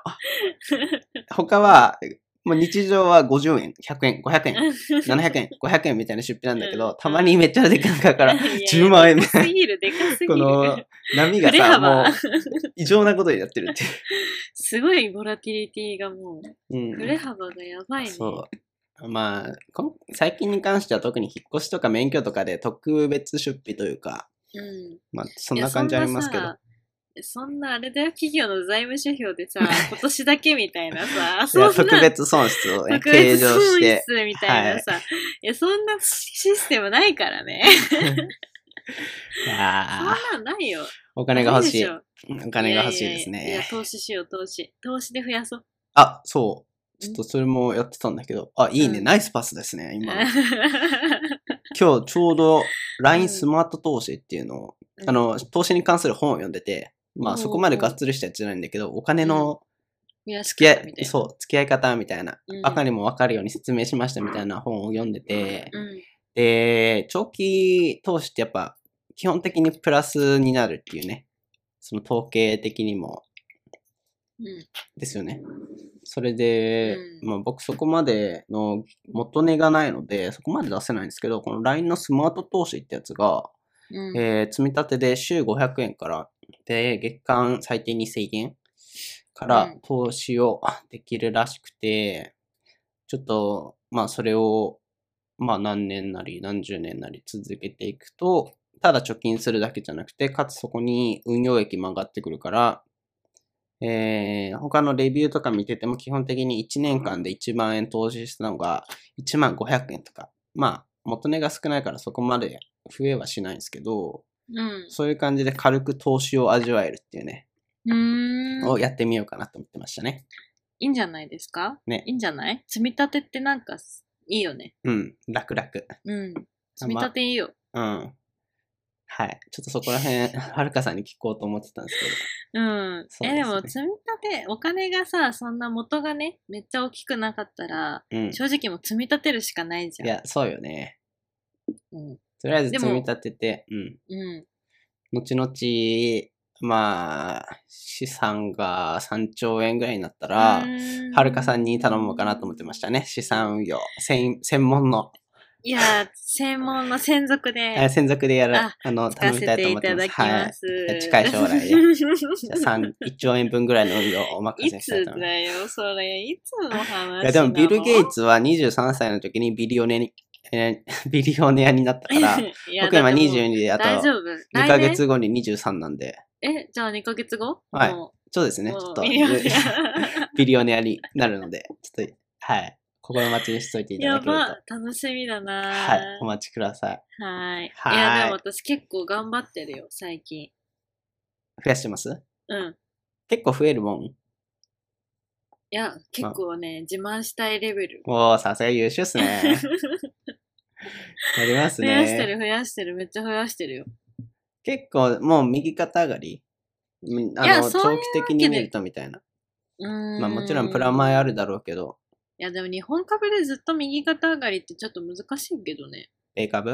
Speaker 1: 他は、もう日常は50円、100円、500円、700円、500円み
Speaker 2: (laughs)
Speaker 1: たいな出費なんだけ
Speaker 2: う
Speaker 1: ど
Speaker 2: ん、
Speaker 1: たまにめっちゃでかいから
Speaker 2: いやいや
Speaker 1: 10万円み
Speaker 2: でか
Speaker 1: た
Speaker 2: す
Speaker 1: い
Speaker 2: ぎる、でか (laughs) すぎ
Speaker 1: な、この
Speaker 2: る。
Speaker 1: 波が
Speaker 2: 振れ
Speaker 1: さ、も
Speaker 2: 幅
Speaker 1: う、異常なことになってるってい
Speaker 2: (laughs) すごいボラティリティがもう、
Speaker 1: う。
Speaker 2: 振れ幅がやば
Speaker 1: う
Speaker 2: い
Speaker 1: ん、
Speaker 2: ね。
Speaker 1: そう。まあ、こ最近に関しては特に引っ越しとか免許とかで特別出費というか、
Speaker 2: うん。
Speaker 1: まあ、そんな感じありますけ
Speaker 2: いや
Speaker 1: ど。
Speaker 2: そんなさそんなあれだよ、企業の財務指標で
Speaker 1: (laughs)
Speaker 2: さ、今年だけみたいなさ、
Speaker 1: い
Speaker 2: そん
Speaker 1: や
Speaker 2: な
Speaker 1: 特別損失を、ね、
Speaker 2: 特
Speaker 1: 計
Speaker 2: 別
Speaker 1: 上
Speaker 2: 損
Speaker 1: して。
Speaker 2: 失みたいなさ、い、や、そんなシステムないからね。
Speaker 1: (laughs) い
Speaker 2: そん
Speaker 1: やー
Speaker 2: なんないよ。
Speaker 1: お
Speaker 2: お
Speaker 1: 金が欲しい。お金が欲しいです
Speaker 2: いやいやいや
Speaker 1: ね。
Speaker 2: 投資しよう、投資。投資で増やそう。
Speaker 1: あ、そう。ちょっとそれもやってたんだけど、あ、いいね、
Speaker 2: うん
Speaker 1: ナイスパスですね、今
Speaker 2: (laughs)
Speaker 1: の。今日ちょうど LINE スマート投資っていうのを、あ、の、投資に関する本を読んでて、ま
Speaker 2: お
Speaker 1: あ
Speaker 2: ー
Speaker 1: そこまでがっつりしたやつじゃないんだけど、お金の
Speaker 2: 増やし
Speaker 1: 付き合
Speaker 2: 方み
Speaker 1: い、
Speaker 2: たいな
Speaker 1: そう、付き合い方みたいな、
Speaker 2: うん
Speaker 1: バカにもわかるように説明しましたみたいな本を読んでて、
Speaker 2: うん。
Speaker 1: で、長期投資ってやっぱ基本的にプラスになるっていうね、その統計的にも
Speaker 2: うん。
Speaker 1: ですよね。それで、
Speaker 2: うん
Speaker 1: まあ僕そこまでの元値がないので、そこまで出せないんですけど、この LINE のスマート投資ってやつが、
Speaker 2: うん。
Speaker 1: えー積み立てで週500円から、で、月間最低2000円か
Speaker 2: う
Speaker 1: ら
Speaker 2: ん
Speaker 1: 投資をあできるらしくて、ちょっと、まあそれを、まあ何年なり何十年なり続けていくと、ただ貯金するだけじゃなくて、かつそこに運用益も上がってくるから、えー他のレビューとか見てても基本的に1年間で1万円投資したのが1万500円とか、まあ元値が少ないからそこまで増えはしないんですけど、
Speaker 2: うん
Speaker 1: そういう感じで軽く投資を味わえるっていうね、
Speaker 2: うーん。
Speaker 1: をやってみようかなと思ってましたね。
Speaker 2: いいんじゃないですか
Speaker 1: ね
Speaker 2: いいんじゃない積み立てってなんかす、いいよね。
Speaker 1: うん、楽々。
Speaker 2: うん。積み立ていいよ。
Speaker 1: うん。はい。ちょっとそこら
Speaker 2: (laughs)
Speaker 1: 辺、はるかさんに聞こうと思ってたんですけど。
Speaker 2: うん。
Speaker 1: そう
Speaker 2: え、
Speaker 1: で
Speaker 2: です
Speaker 1: ね
Speaker 2: も、積み立て、お金がさ、そんな元がね、めっちゃ大きくなかったら、
Speaker 1: うん。
Speaker 2: 正直もう積み立てるしかない
Speaker 1: い
Speaker 2: じゃん。
Speaker 1: や、そうよね。
Speaker 2: うん。
Speaker 1: とりあえず
Speaker 2: でも
Speaker 1: 積み立てて、うん。
Speaker 2: うん。
Speaker 1: 後々、まあ、資産が3兆円ぐらいになったら、は
Speaker 2: は
Speaker 1: るかさんに頼もうかなと思ってましたね。資産運用。専専門の、
Speaker 2: いやー、専門の専属
Speaker 1: えー
Speaker 2: で
Speaker 1: 専属でやる、
Speaker 2: あ
Speaker 1: あの、
Speaker 2: 使わ
Speaker 1: 頼み
Speaker 2: せ
Speaker 1: たいと
Speaker 2: てい
Speaker 1: 思って
Speaker 2: た
Speaker 1: ます。
Speaker 2: だき
Speaker 1: は
Speaker 2: ま
Speaker 1: い。
Speaker 2: す。
Speaker 1: 近い将来でじゃあ3、1兆円分ぐらいの運用をお任
Speaker 2: い
Speaker 1: せ
Speaker 2: つ
Speaker 1: したいと思います。
Speaker 2: だよ、それ。いつの話なの
Speaker 1: いやでもビル・ゲイツは23歳の時にビリオネに、えービリオネアになったから、
Speaker 2: (laughs) いや
Speaker 1: 僕今
Speaker 2: だってもう
Speaker 1: 22であと
Speaker 2: 大丈夫。
Speaker 1: 2
Speaker 2: 来
Speaker 1: ヶ
Speaker 2: 年
Speaker 1: 月後に23なんで、
Speaker 2: え、じゃあ2ヶ月後
Speaker 1: はい
Speaker 2: も
Speaker 1: そうです
Speaker 2: う
Speaker 1: ね、ち
Speaker 2: もう
Speaker 1: ょっと (laughs)
Speaker 2: いやいや
Speaker 1: ビリオネアになるので、ちょっと、はい、心待ちにしといていた
Speaker 2: や
Speaker 1: だけると
Speaker 2: ば、、楽しみだな
Speaker 1: は
Speaker 2: ぁ
Speaker 1: い、お待ちください。
Speaker 2: はい。
Speaker 1: はい
Speaker 2: いや、でも私結構頑張ってるよ、最近。
Speaker 1: 増やしてます
Speaker 2: うん。
Speaker 1: 結構増えるもん。
Speaker 2: いや、結構ね、自慢したいレベル。
Speaker 1: おー、さすが優秀っす
Speaker 2: (laughs)
Speaker 1: ね。やります
Speaker 2: 増やしてる、
Speaker 1: ね。
Speaker 2: 増やしてる、めっちゃ増やしてるよ。
Speaker 1: 結構、もう右肩上がりうんあ
Speaker 2: いや
Speaker 1: の、
Speaker 2: そうい
Speaker 1: 長
Speaker 2: う
Speaker 1: 期的に見るとみたいな。
Speaker 2: うーん。
Speaker 1: まあもちろんプラマイあるだろうけど、
Speaker 2: いや、でも日本株でずっと右肩上がりってちょっと難しいけどね。
Speaker 1: A 株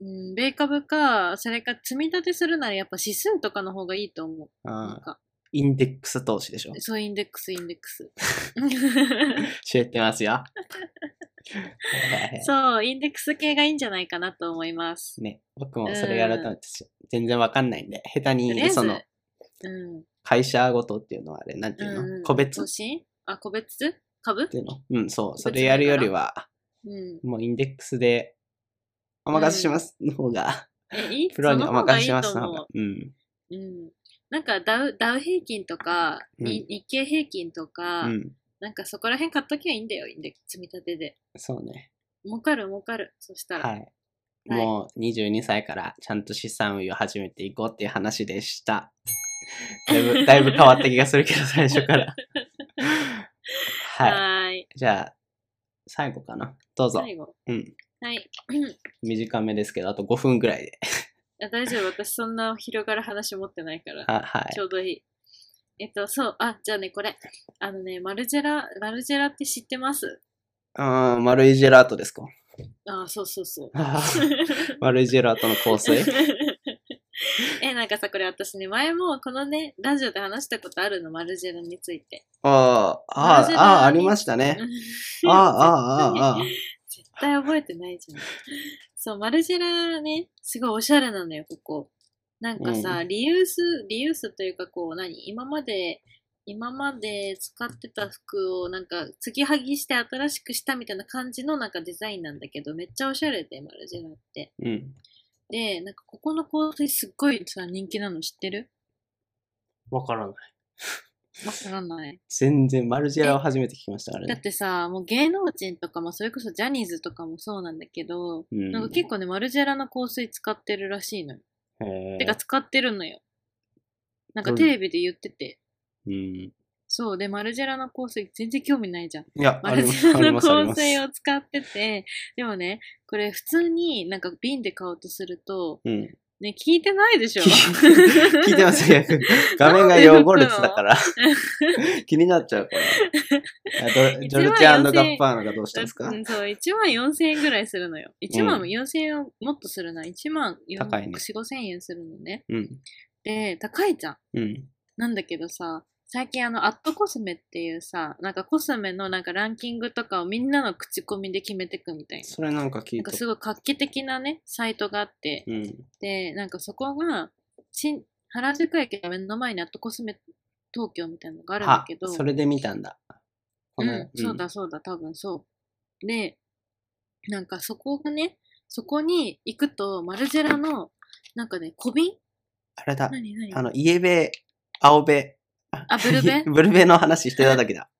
Speaker 2: うん、米株か、それか積み立てするならやっぱ指数とかの方がいいと思う。なんか、
Speaker 1: インデックス投資でしょ
Speaker 2: そう、インデックス、インデックス。
Speaker 1: 知ってます
Speaker 2: (laughs)
Speaker 1: よ。
Speaker 2: そう、インデックス系がいいんじゃないかなと思います。
Speaker 1: ね、僕もそれやると全然わかんないんで、下手
Speaker 2: とりあえ
Speaker 1: に
Speaker 2: ず
Speaker 1: その
Speaker 2: うん。
Speaker 1: 会社ごとっていうのはあれ、なんていうの、
Speaker 2: うん、
Speaker 1: 個別っ
Speaker 2: 投資あ、個別株
Speaker 1: ていうのうん、そう、
Speaker 2: 別
Speaker 1: それやるよりは、
Speaker 2: うん。
Speaker 1: もうインデックスでお任せしますの方が、
Speaker 2: え、いい
Speaker 1: プロに
Speaker 2: そ
Speaker 1: お
Speaker 2: の方が
Speaker 1: 任
Speaker 2: い
Speaker 1: せ
Speaker 2: い
Speaker 1: します
Speaker 2: と
Speaker 1: の方
Speaker 2: 思
Speaker 1: が、うん、
Speaker 2: う。うん。なんかダウ、ダウ平均とか、
Speaker 1: うん
Speaker 2: に日経平均とか、
Speaker 1: うん、
Speaker 2: なんかそこら辺買っときゃいいんだよ、インデックス積み立てで。
Speaker 1: そうね。
Speaker 2: 儲かる儲かる。そしたら。
Speaker 1: はい。もう22歳からちゃんと資産運用始めていこうっていう話で
Speaker 2: (laughs)
Speaker 1: した。だいぶ、だいぶ変わった気がするけど、最初
Speaker 2: (laughs)
Speaker 1: から。はい。
Speaker 2: はーい。
Speaker 1: じゃあ、最後かな。どうぞ。
Speaker 2: 最後。
Speaker 1: うん。
Speaker 2: はい。 (clears throat)
Speaker 1: 短めですけど、あと5分ぐらいで。
Speaker 2: あ大丈夫、私そんな広がる話持ってないから、
Speaker 1: あはい
Speaker 2: ち。ょうどいい。えっと、そう、あ、じゃあね、これ。あのね、マルジェラ、マルジェラって知ってます
Speaker 1: あー丸いジェラートですか。 (laughs)
Speaker 2: あそうそうそう。
Speaker 1: あー丸いジェラートの香水。
Speaker 2: (laughs) え、なんかさ、これ私ね、前もこのね、ラジオで話したことあるの、マルジェラについて。
Speaker 1: あーあ
Speaker 2: 丸ジェ
Speaker 1: ー、
Speaker 2: ラー
Speaker 1: あ
Speaker 2: に
Speaker 1: あ、ありましたね
Speaker 2: (laughs)
Speaker 1: あーあ
Speaker 2: う。ん
Speaker 1: ー、ああー、ああー。
Speaker 2: 絶対覚えてないじゃん。そう、マルジェラね、すごいおしゃれなのよ、ここ。なんかさ、リユース、リユースというか、こう、何今まで、今まで使ってた服をなんか、継ぎはぎして新しくしたみたいな感じのなんかデザインなんだけど、めっちゃおしゃれで、マルジェラって。
Speaker 1: うん。
Speaker 2: で、なんかここの香水すっごいさ、人気なの知ってる
Speaker 1: わからない。
Speaker 2: わからない。
Speaker 1: 全然、マルジェラを初めて聞きましたから
Speaker 2: だっ
Speaker 1: ね。
Speaker 2: てさ、もう芸能人とかも、それこそジャニーズとかもそうなんだけど、
Speaker 1: うん
Speaker 2: なんか結構ね、マルジェラの香水使ってるらしいのよ。
Speaker 1: へー
Speaker 2: てか使ってるのよ。なんか
Speaker 1: どう
Speaker 2: テレビで言ってて。
Speaker 1: うん。い
Speaker 2: そう。で、マルジェラの香水全然興味ないじゃん。
Speaker 1: や、
Speaker 2: マ
Speaker 1: あ
Speaker 2: ル
Speaker 1: り
Speaker 2: ジ
Speaker 1: ます、あ
Speaker 2: ェ
Speaker 1: り
Speaker 2: ラの
Speaker 1: ます、あり
Speaker 2: 香
Speaker 1: ます。
Speaker 2: 水を使ってて、でもね、これ普通になんか瓶で買おうとすると、
Speaker 1: うん。
Speaker 2: ね、聞いてないでしょ (laughs)
Speaker 1: 聞いてますよ。画面が汚れてたから。気になっちゃうから。あどジョルチアンドガッパーナがどうしたんですか
Speaker 2: うんそう、1万4000円ぐらいするのよ。1万4000円をもっとするな。1万4、
Speaker 1: 高いね
Speaker 2: 4、5000円するのね。
Speaker 1: うん。
Speaker 2: で、高いじゃん。
Speaker 1: うん。
Speaker 2: なんだけどさ、最近あの、アットコスメっていうさ、なんかコスメのなんかランキングとかをみんなの口コミで決めてくみたいな。
Speaker 1: それなんか聞
Speaker 2: ないんか
Speaker 1: た。
Speaker 2: すごい画期的なね、サイトがあって、
Speaker 1: うん。
Speaker 2: で、なんかそこが、新原宿駅の目の前にアットコスメ東京みたいなのがあるんだ
Speaker 1: は
Speaker 2: けど、
Speaker 1: それで見たんだ。こ
Speaker 2: う
Speaker 1: の
Speaker 2: ん、そうだ。そうだ、多分そう。で、なんかそこがね、そこに行くと、マルジェラの、なんかね、小瓶
Speaker 1: あれだ。
Speaker 2: 何何
Speaker 1: あの、イエベ、青ベ。
Speaker 2: あブルベ
Speaker 1: (laughs) ブルベの話してただけだ。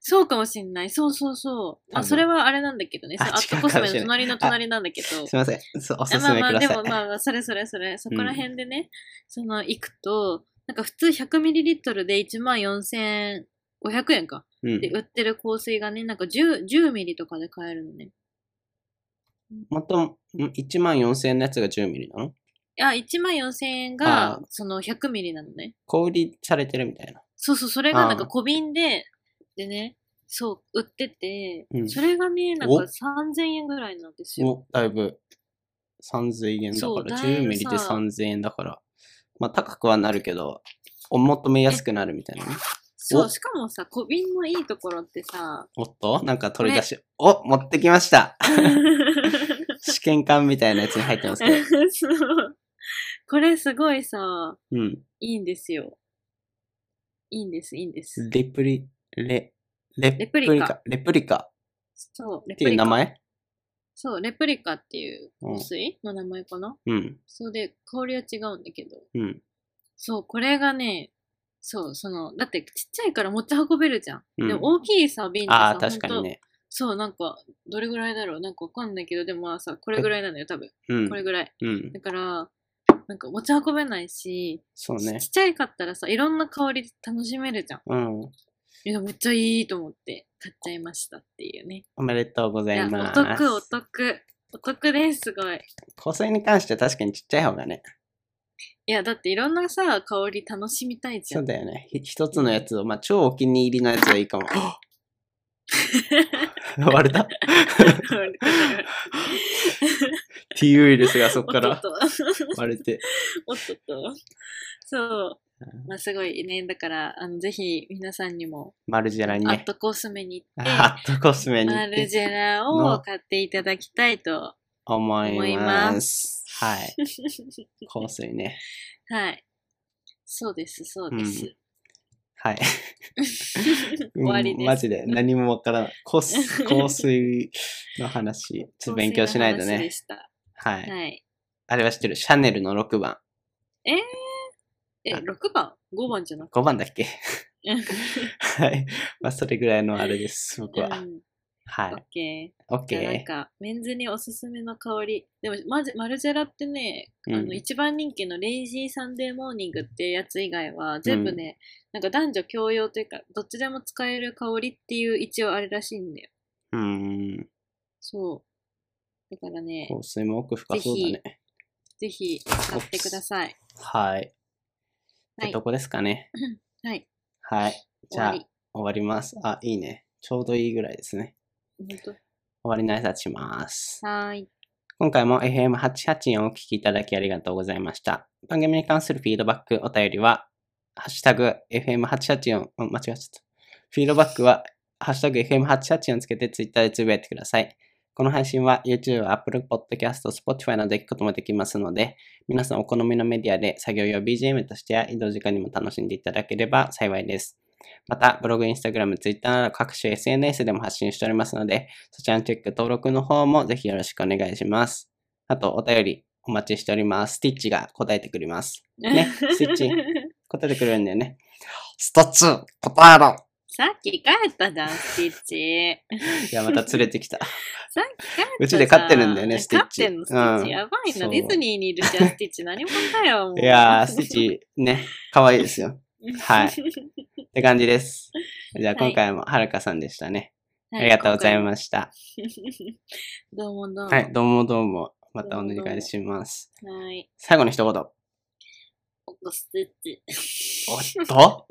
Speaker 2: そうかもしんない。そうそうそう。
Speaker 1: 多
Speaker 2: あ、
Speaker 1: 分
Speaker 2: それはあれなんだけどね。
Speaker 1: あ
Speaker 2: そうアッ
Speaker 1: 違
Speaker 2: ト
Speaker 1: う
Speaker 2: コスメ
Speaker 1: かもしれな
Speaker 2: の
Speaker 1: い
Speaker 2: 隣の隣なんだけど。
Speaker 1: すいません。そうおす
Speaker 2: あ
Speaker 1: す
Speaker 2: まあ
Speaker 1: め
Speaker 2: ま
Speaker 1: く
Speaker 2: あ、
Speaker 1: だ
Speaker 2: で
Speaker 1: さ
Speaker 2: も
Speaker 1: い。
Speaker 2: まあまあ、それそれそれ。そこら辺でね、その、行くと、なんか普通 100ml で1万4500円か。
Speaker 1: うん
Speaker 2: で、売ってる香水がね、なんか10、10ミリとかで買えるのね。
Speaker 1: また、ん1万4000円のやつが10ミリなの
Speaker 2: あ、1万4000円
Speaker 1: あ
Speaker 2: が
Speaker 1: ー、
Speaker 2: その100ミリなのね。
Speaker 1: 小売りされてるみたいな。
Speaker 2: そうそう、それがなん
Speaker 1: あ
Speaker 2: か
Speaker 1: ー
Speaker 2: 小瓶で、でね、そう、売ってて、
Speaker 1: うん
Speaker 2: それがね、なん
Speaker 1: お
Speaker 2: か3000円ぐらいなんですよ。
Speaker 1: お、だいぶ3000円だ
Speaker 2: そう
Speaker 1: から、
Speaker 2: だいぶさ
Speaker 1: 10ミリで3000円だから、まあ高くはなるけど、お求めやすくなるみたいな
Speaker 2: (laughs)
Speaker 1: ね。
Speaker 2: そ
Speaker 1: お
Speaker 2: う、しかもさ、小瓶のいいところって
Speaker 1: (laughs)
Speaker 2: さ、
Speaker 1: おっとなんか取り出し、お持ってきました (laughs) 試験管みたいなやつに入ってますけ
Speaker 2: (laughs)
Speaker 1: ど。
Speaker 2: そうこれすごいさ、
Speaker 1: うん。
Speaker 2: いいんですよ。いいんです、いいんです。
Speaker 1: レプリ、レ、レ
Speaker 2: プリカ。
Speaker 1: レプリカ
Speaker 2: そう、レ
Speaker 1: って
Speaker 2: プ
Speaker 1: いう
Speaker 2: リ
Speaker 1: 名
Speaker 2: カ。
Speaker 1: 前
Speaker 2: そう、レプリカっていう
Speaker 1: うん
Speaker 2: 香水の名前かな。
Speaker 1: うん。
Speaker 2: そうで、香りは違うんだけど。
Speaker 1: うん。
Speaker 2: そう、これがね、そう、その、だってちっちゃいから持ち運べるじゃん。
Speaker 1: うん
Speaker 2: でも大きいさ、瓶って
Speaker 1: ああ
Speaker 2: さ、
Speaker 1: ー、確か
Speaker 2: ほ
Speaker 1: に
Speaker 2: んと
Speaker 1: ね。
Speaker 2: そう、なんか、どれぐらいだろうなんかわかんないけど、でもまあさ、これぐらいなのよ、多分。
Speaker 1: うん
Speaker 2: こ。れぐらい。
Speaker 1: うん
Speaker 2: だ。から、なんか持ち運べないし、
Speaker 1: そうね
Speaker 2: ち。っちゃいかったらさ、いろんな香り楽しめるじゃん。
Speaker 1: うん。
Speaker 2: いや、めっちゃいいと思って買っちゃいましたっていうね。
Speaker 1: おめでとうござ
Speaker 2: い
Speaker 1: い
Speaker 2: や、お
Speaker 1: ます。
Speaker 2: 得、お得。お得です、すごい。
Speaker 1: 香水に関しては確かにちっちゃい方がね。
Speaker 2: いや、だっていろんなさ、香り楽しみたいじ
Speaker 1: そ
Speaker 2: ゃ。
Speaker 1: うんだよね。ひ一つのやつを、まあ、超お気に入りのやつはいいかも。 (laughs) 割れた
Speaker 2: (laughs)
Speaker 1: ?T ウイルスがそこか
Speaker 2: おっとっ
Speaker 1: ら
Speaker 2: と。 (laughs)
Speaker 1: 割れて。
Speaker 2: おっとっと。そう。まあ、すごいね。だから、あの、ぜひ、皆さんにも、
Speaker 1: マルジェラに
Speaker 2: アッ
Speaker 1: ね。
Speaker 2: トコースメに行っ
Speaker 1: ハットコスメ
Speaker 2: て、
Speaker 1: に
Speaker 2: マ
Speaker 1: 行っ
Speaker 2: ルジ
Speaker 1: て
Speaker 2: ェラを買っていただきたいと。
Speaker 1: 思
Speaker 2: 思
Speaker 1: い
Speaker 2: い
Speaker 1: ま。
Speaker 2: ます (laughs)
Speaker 1: (laughs) はい。香水ね。
Speaker 2: はい。そうです、そうです。
Speaker 1: はい。
Speaker 2: (laughs) 終わりです。
Speaker 1: うんマジで何もわからない。香 (laughs) 水香水の話、ちょっと勉強しないと
Speaker 2: 香水の話で
Speaker 1: ね。
Speaker 2: した
Speaker 1: はい。
Speaker 2: はい。
Speaker 1: あれは知ってる。シャネルの6番。
Speaker 2: え、
Speaker 1: あ
Speaker 2: 6番 ?5 番じゃなく
Speaker 1: 5番だっけ (laughs)
Speaker 2: て。
Speaker 1: はい。まあ、それぐらいのあれです、僕は。
Speaker 2: (laughs) うん
Speaker 1: は
Speaker 2: オッ
Speaker 1: い。
Speaker 2: ケー。じゃあなん
Speaker 1: OK。
Speaker 2: か、メンズにおすすめの香り。でも、マジマルジェラってね、
Speaker 1: うん
Speaker 2: あの、一番人気のレイジーサンデーモーニングっていうやつ以外は、全部ね、なんか男女共用というか、どっちでも使える香りっていう一応あれらしいんだよ。
Speaker 1: うーん。
Speaker 2: そう。だからね、
Speaker 1: 香水も奥深そうだね。
Speaker 2: ぜひ使ってください。
Speaker 1: はい。っ
Speaker 2: は
Speaker 1: て
Speaker 2: い
Speaker 1: と。こですかね。
Speaker 2: はい。
Speaker 1: はい。じ
Speaker 2: 終
Speaker 1: ゃ
Speaker 2: わ
Speaker 1: あ、
Speaker 2: り
Speaker 1: 終。わります。あ、いいね。ちょうどいいぐらいですね。
Speaker 2: ほんと
Speaker 1: 終わりの挨拶します。
Speaker 2: はーい。
Speaker 1: 今回も FM884 をお聞きいただきありがとうございました。番組に関するフィードバック、お便りは、ハッシュタグ FM884、うん間違えちゃった。フィードバックは、ハッシュタグ FM884 つけてツイッターでつぶやいてください。この配信は YouTube、Apple Podcast、Spotify などで聞くこともできますので、皆さんお好みのメディアで作業用 BGM としてや移動時間にも楽しんでいただければ幸いです。また、ブログ、インスタグラム、ツイッターなど各種 SNS でも発信しておりますので、そちらのチェック登録の方もぜひよろしくお願いします。あと、お便りお待ちしております。スティッチが答えてくれます。ねスイッチ答えてくれるんだよね。スタッツ答えろ
Speaker 2: さっき帰ったじゃん、スティッチ。
Speaker 1: いや、また連れて (laughs) きた。
Speaker 2: さっき帰ったじゃ
Speaker 1: (laughs) うちで飼ってるんだよねスティッチ
Speaker 2: 飼ってんの、スティッ
Speaker 1: うん
Speaker 2: チ。やばい
Speaker 1: そ
Speaker 2: な。
Speaker 1: う
Speaker 2: ディズニーにいるじゃん、スティッチ。何者だよ、もう。
Speaker 1: い
Speaker 2: (laughs)
Speaker 1: やー、スティッチね、可愛いですよ。はいって感じです。じゃあ、
Speaker 2: はい
Speaker 1: 今回もはるかさんでしたね。
Speaker 2: は
Speaker 1: ありがとうござい
Speaker 2: す。
Speaker 1: ました。
Speaker 2: (laughs) どうもどうも。
Speaker 1: はい、どうもどうも。また
Speaker 2: ど
Speaker 1: お
Speaker 2: うもどうも
Speaker 1: 願いします。
Speaker 2: はい。
Speaker 1: 最後の一言。
Speaker 2: おっと、スティッ
Speaker 1: お
Speaker 2: チ。
Speaker 1: っと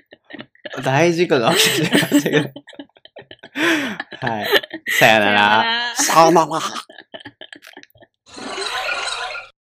Speaker 1: 大事故が起き
Speaker 2: (laughs)
Speaker 1: てしまいましたけど。はい。さよなら。
Speaker 2: ら
Speaker 1: さよなら。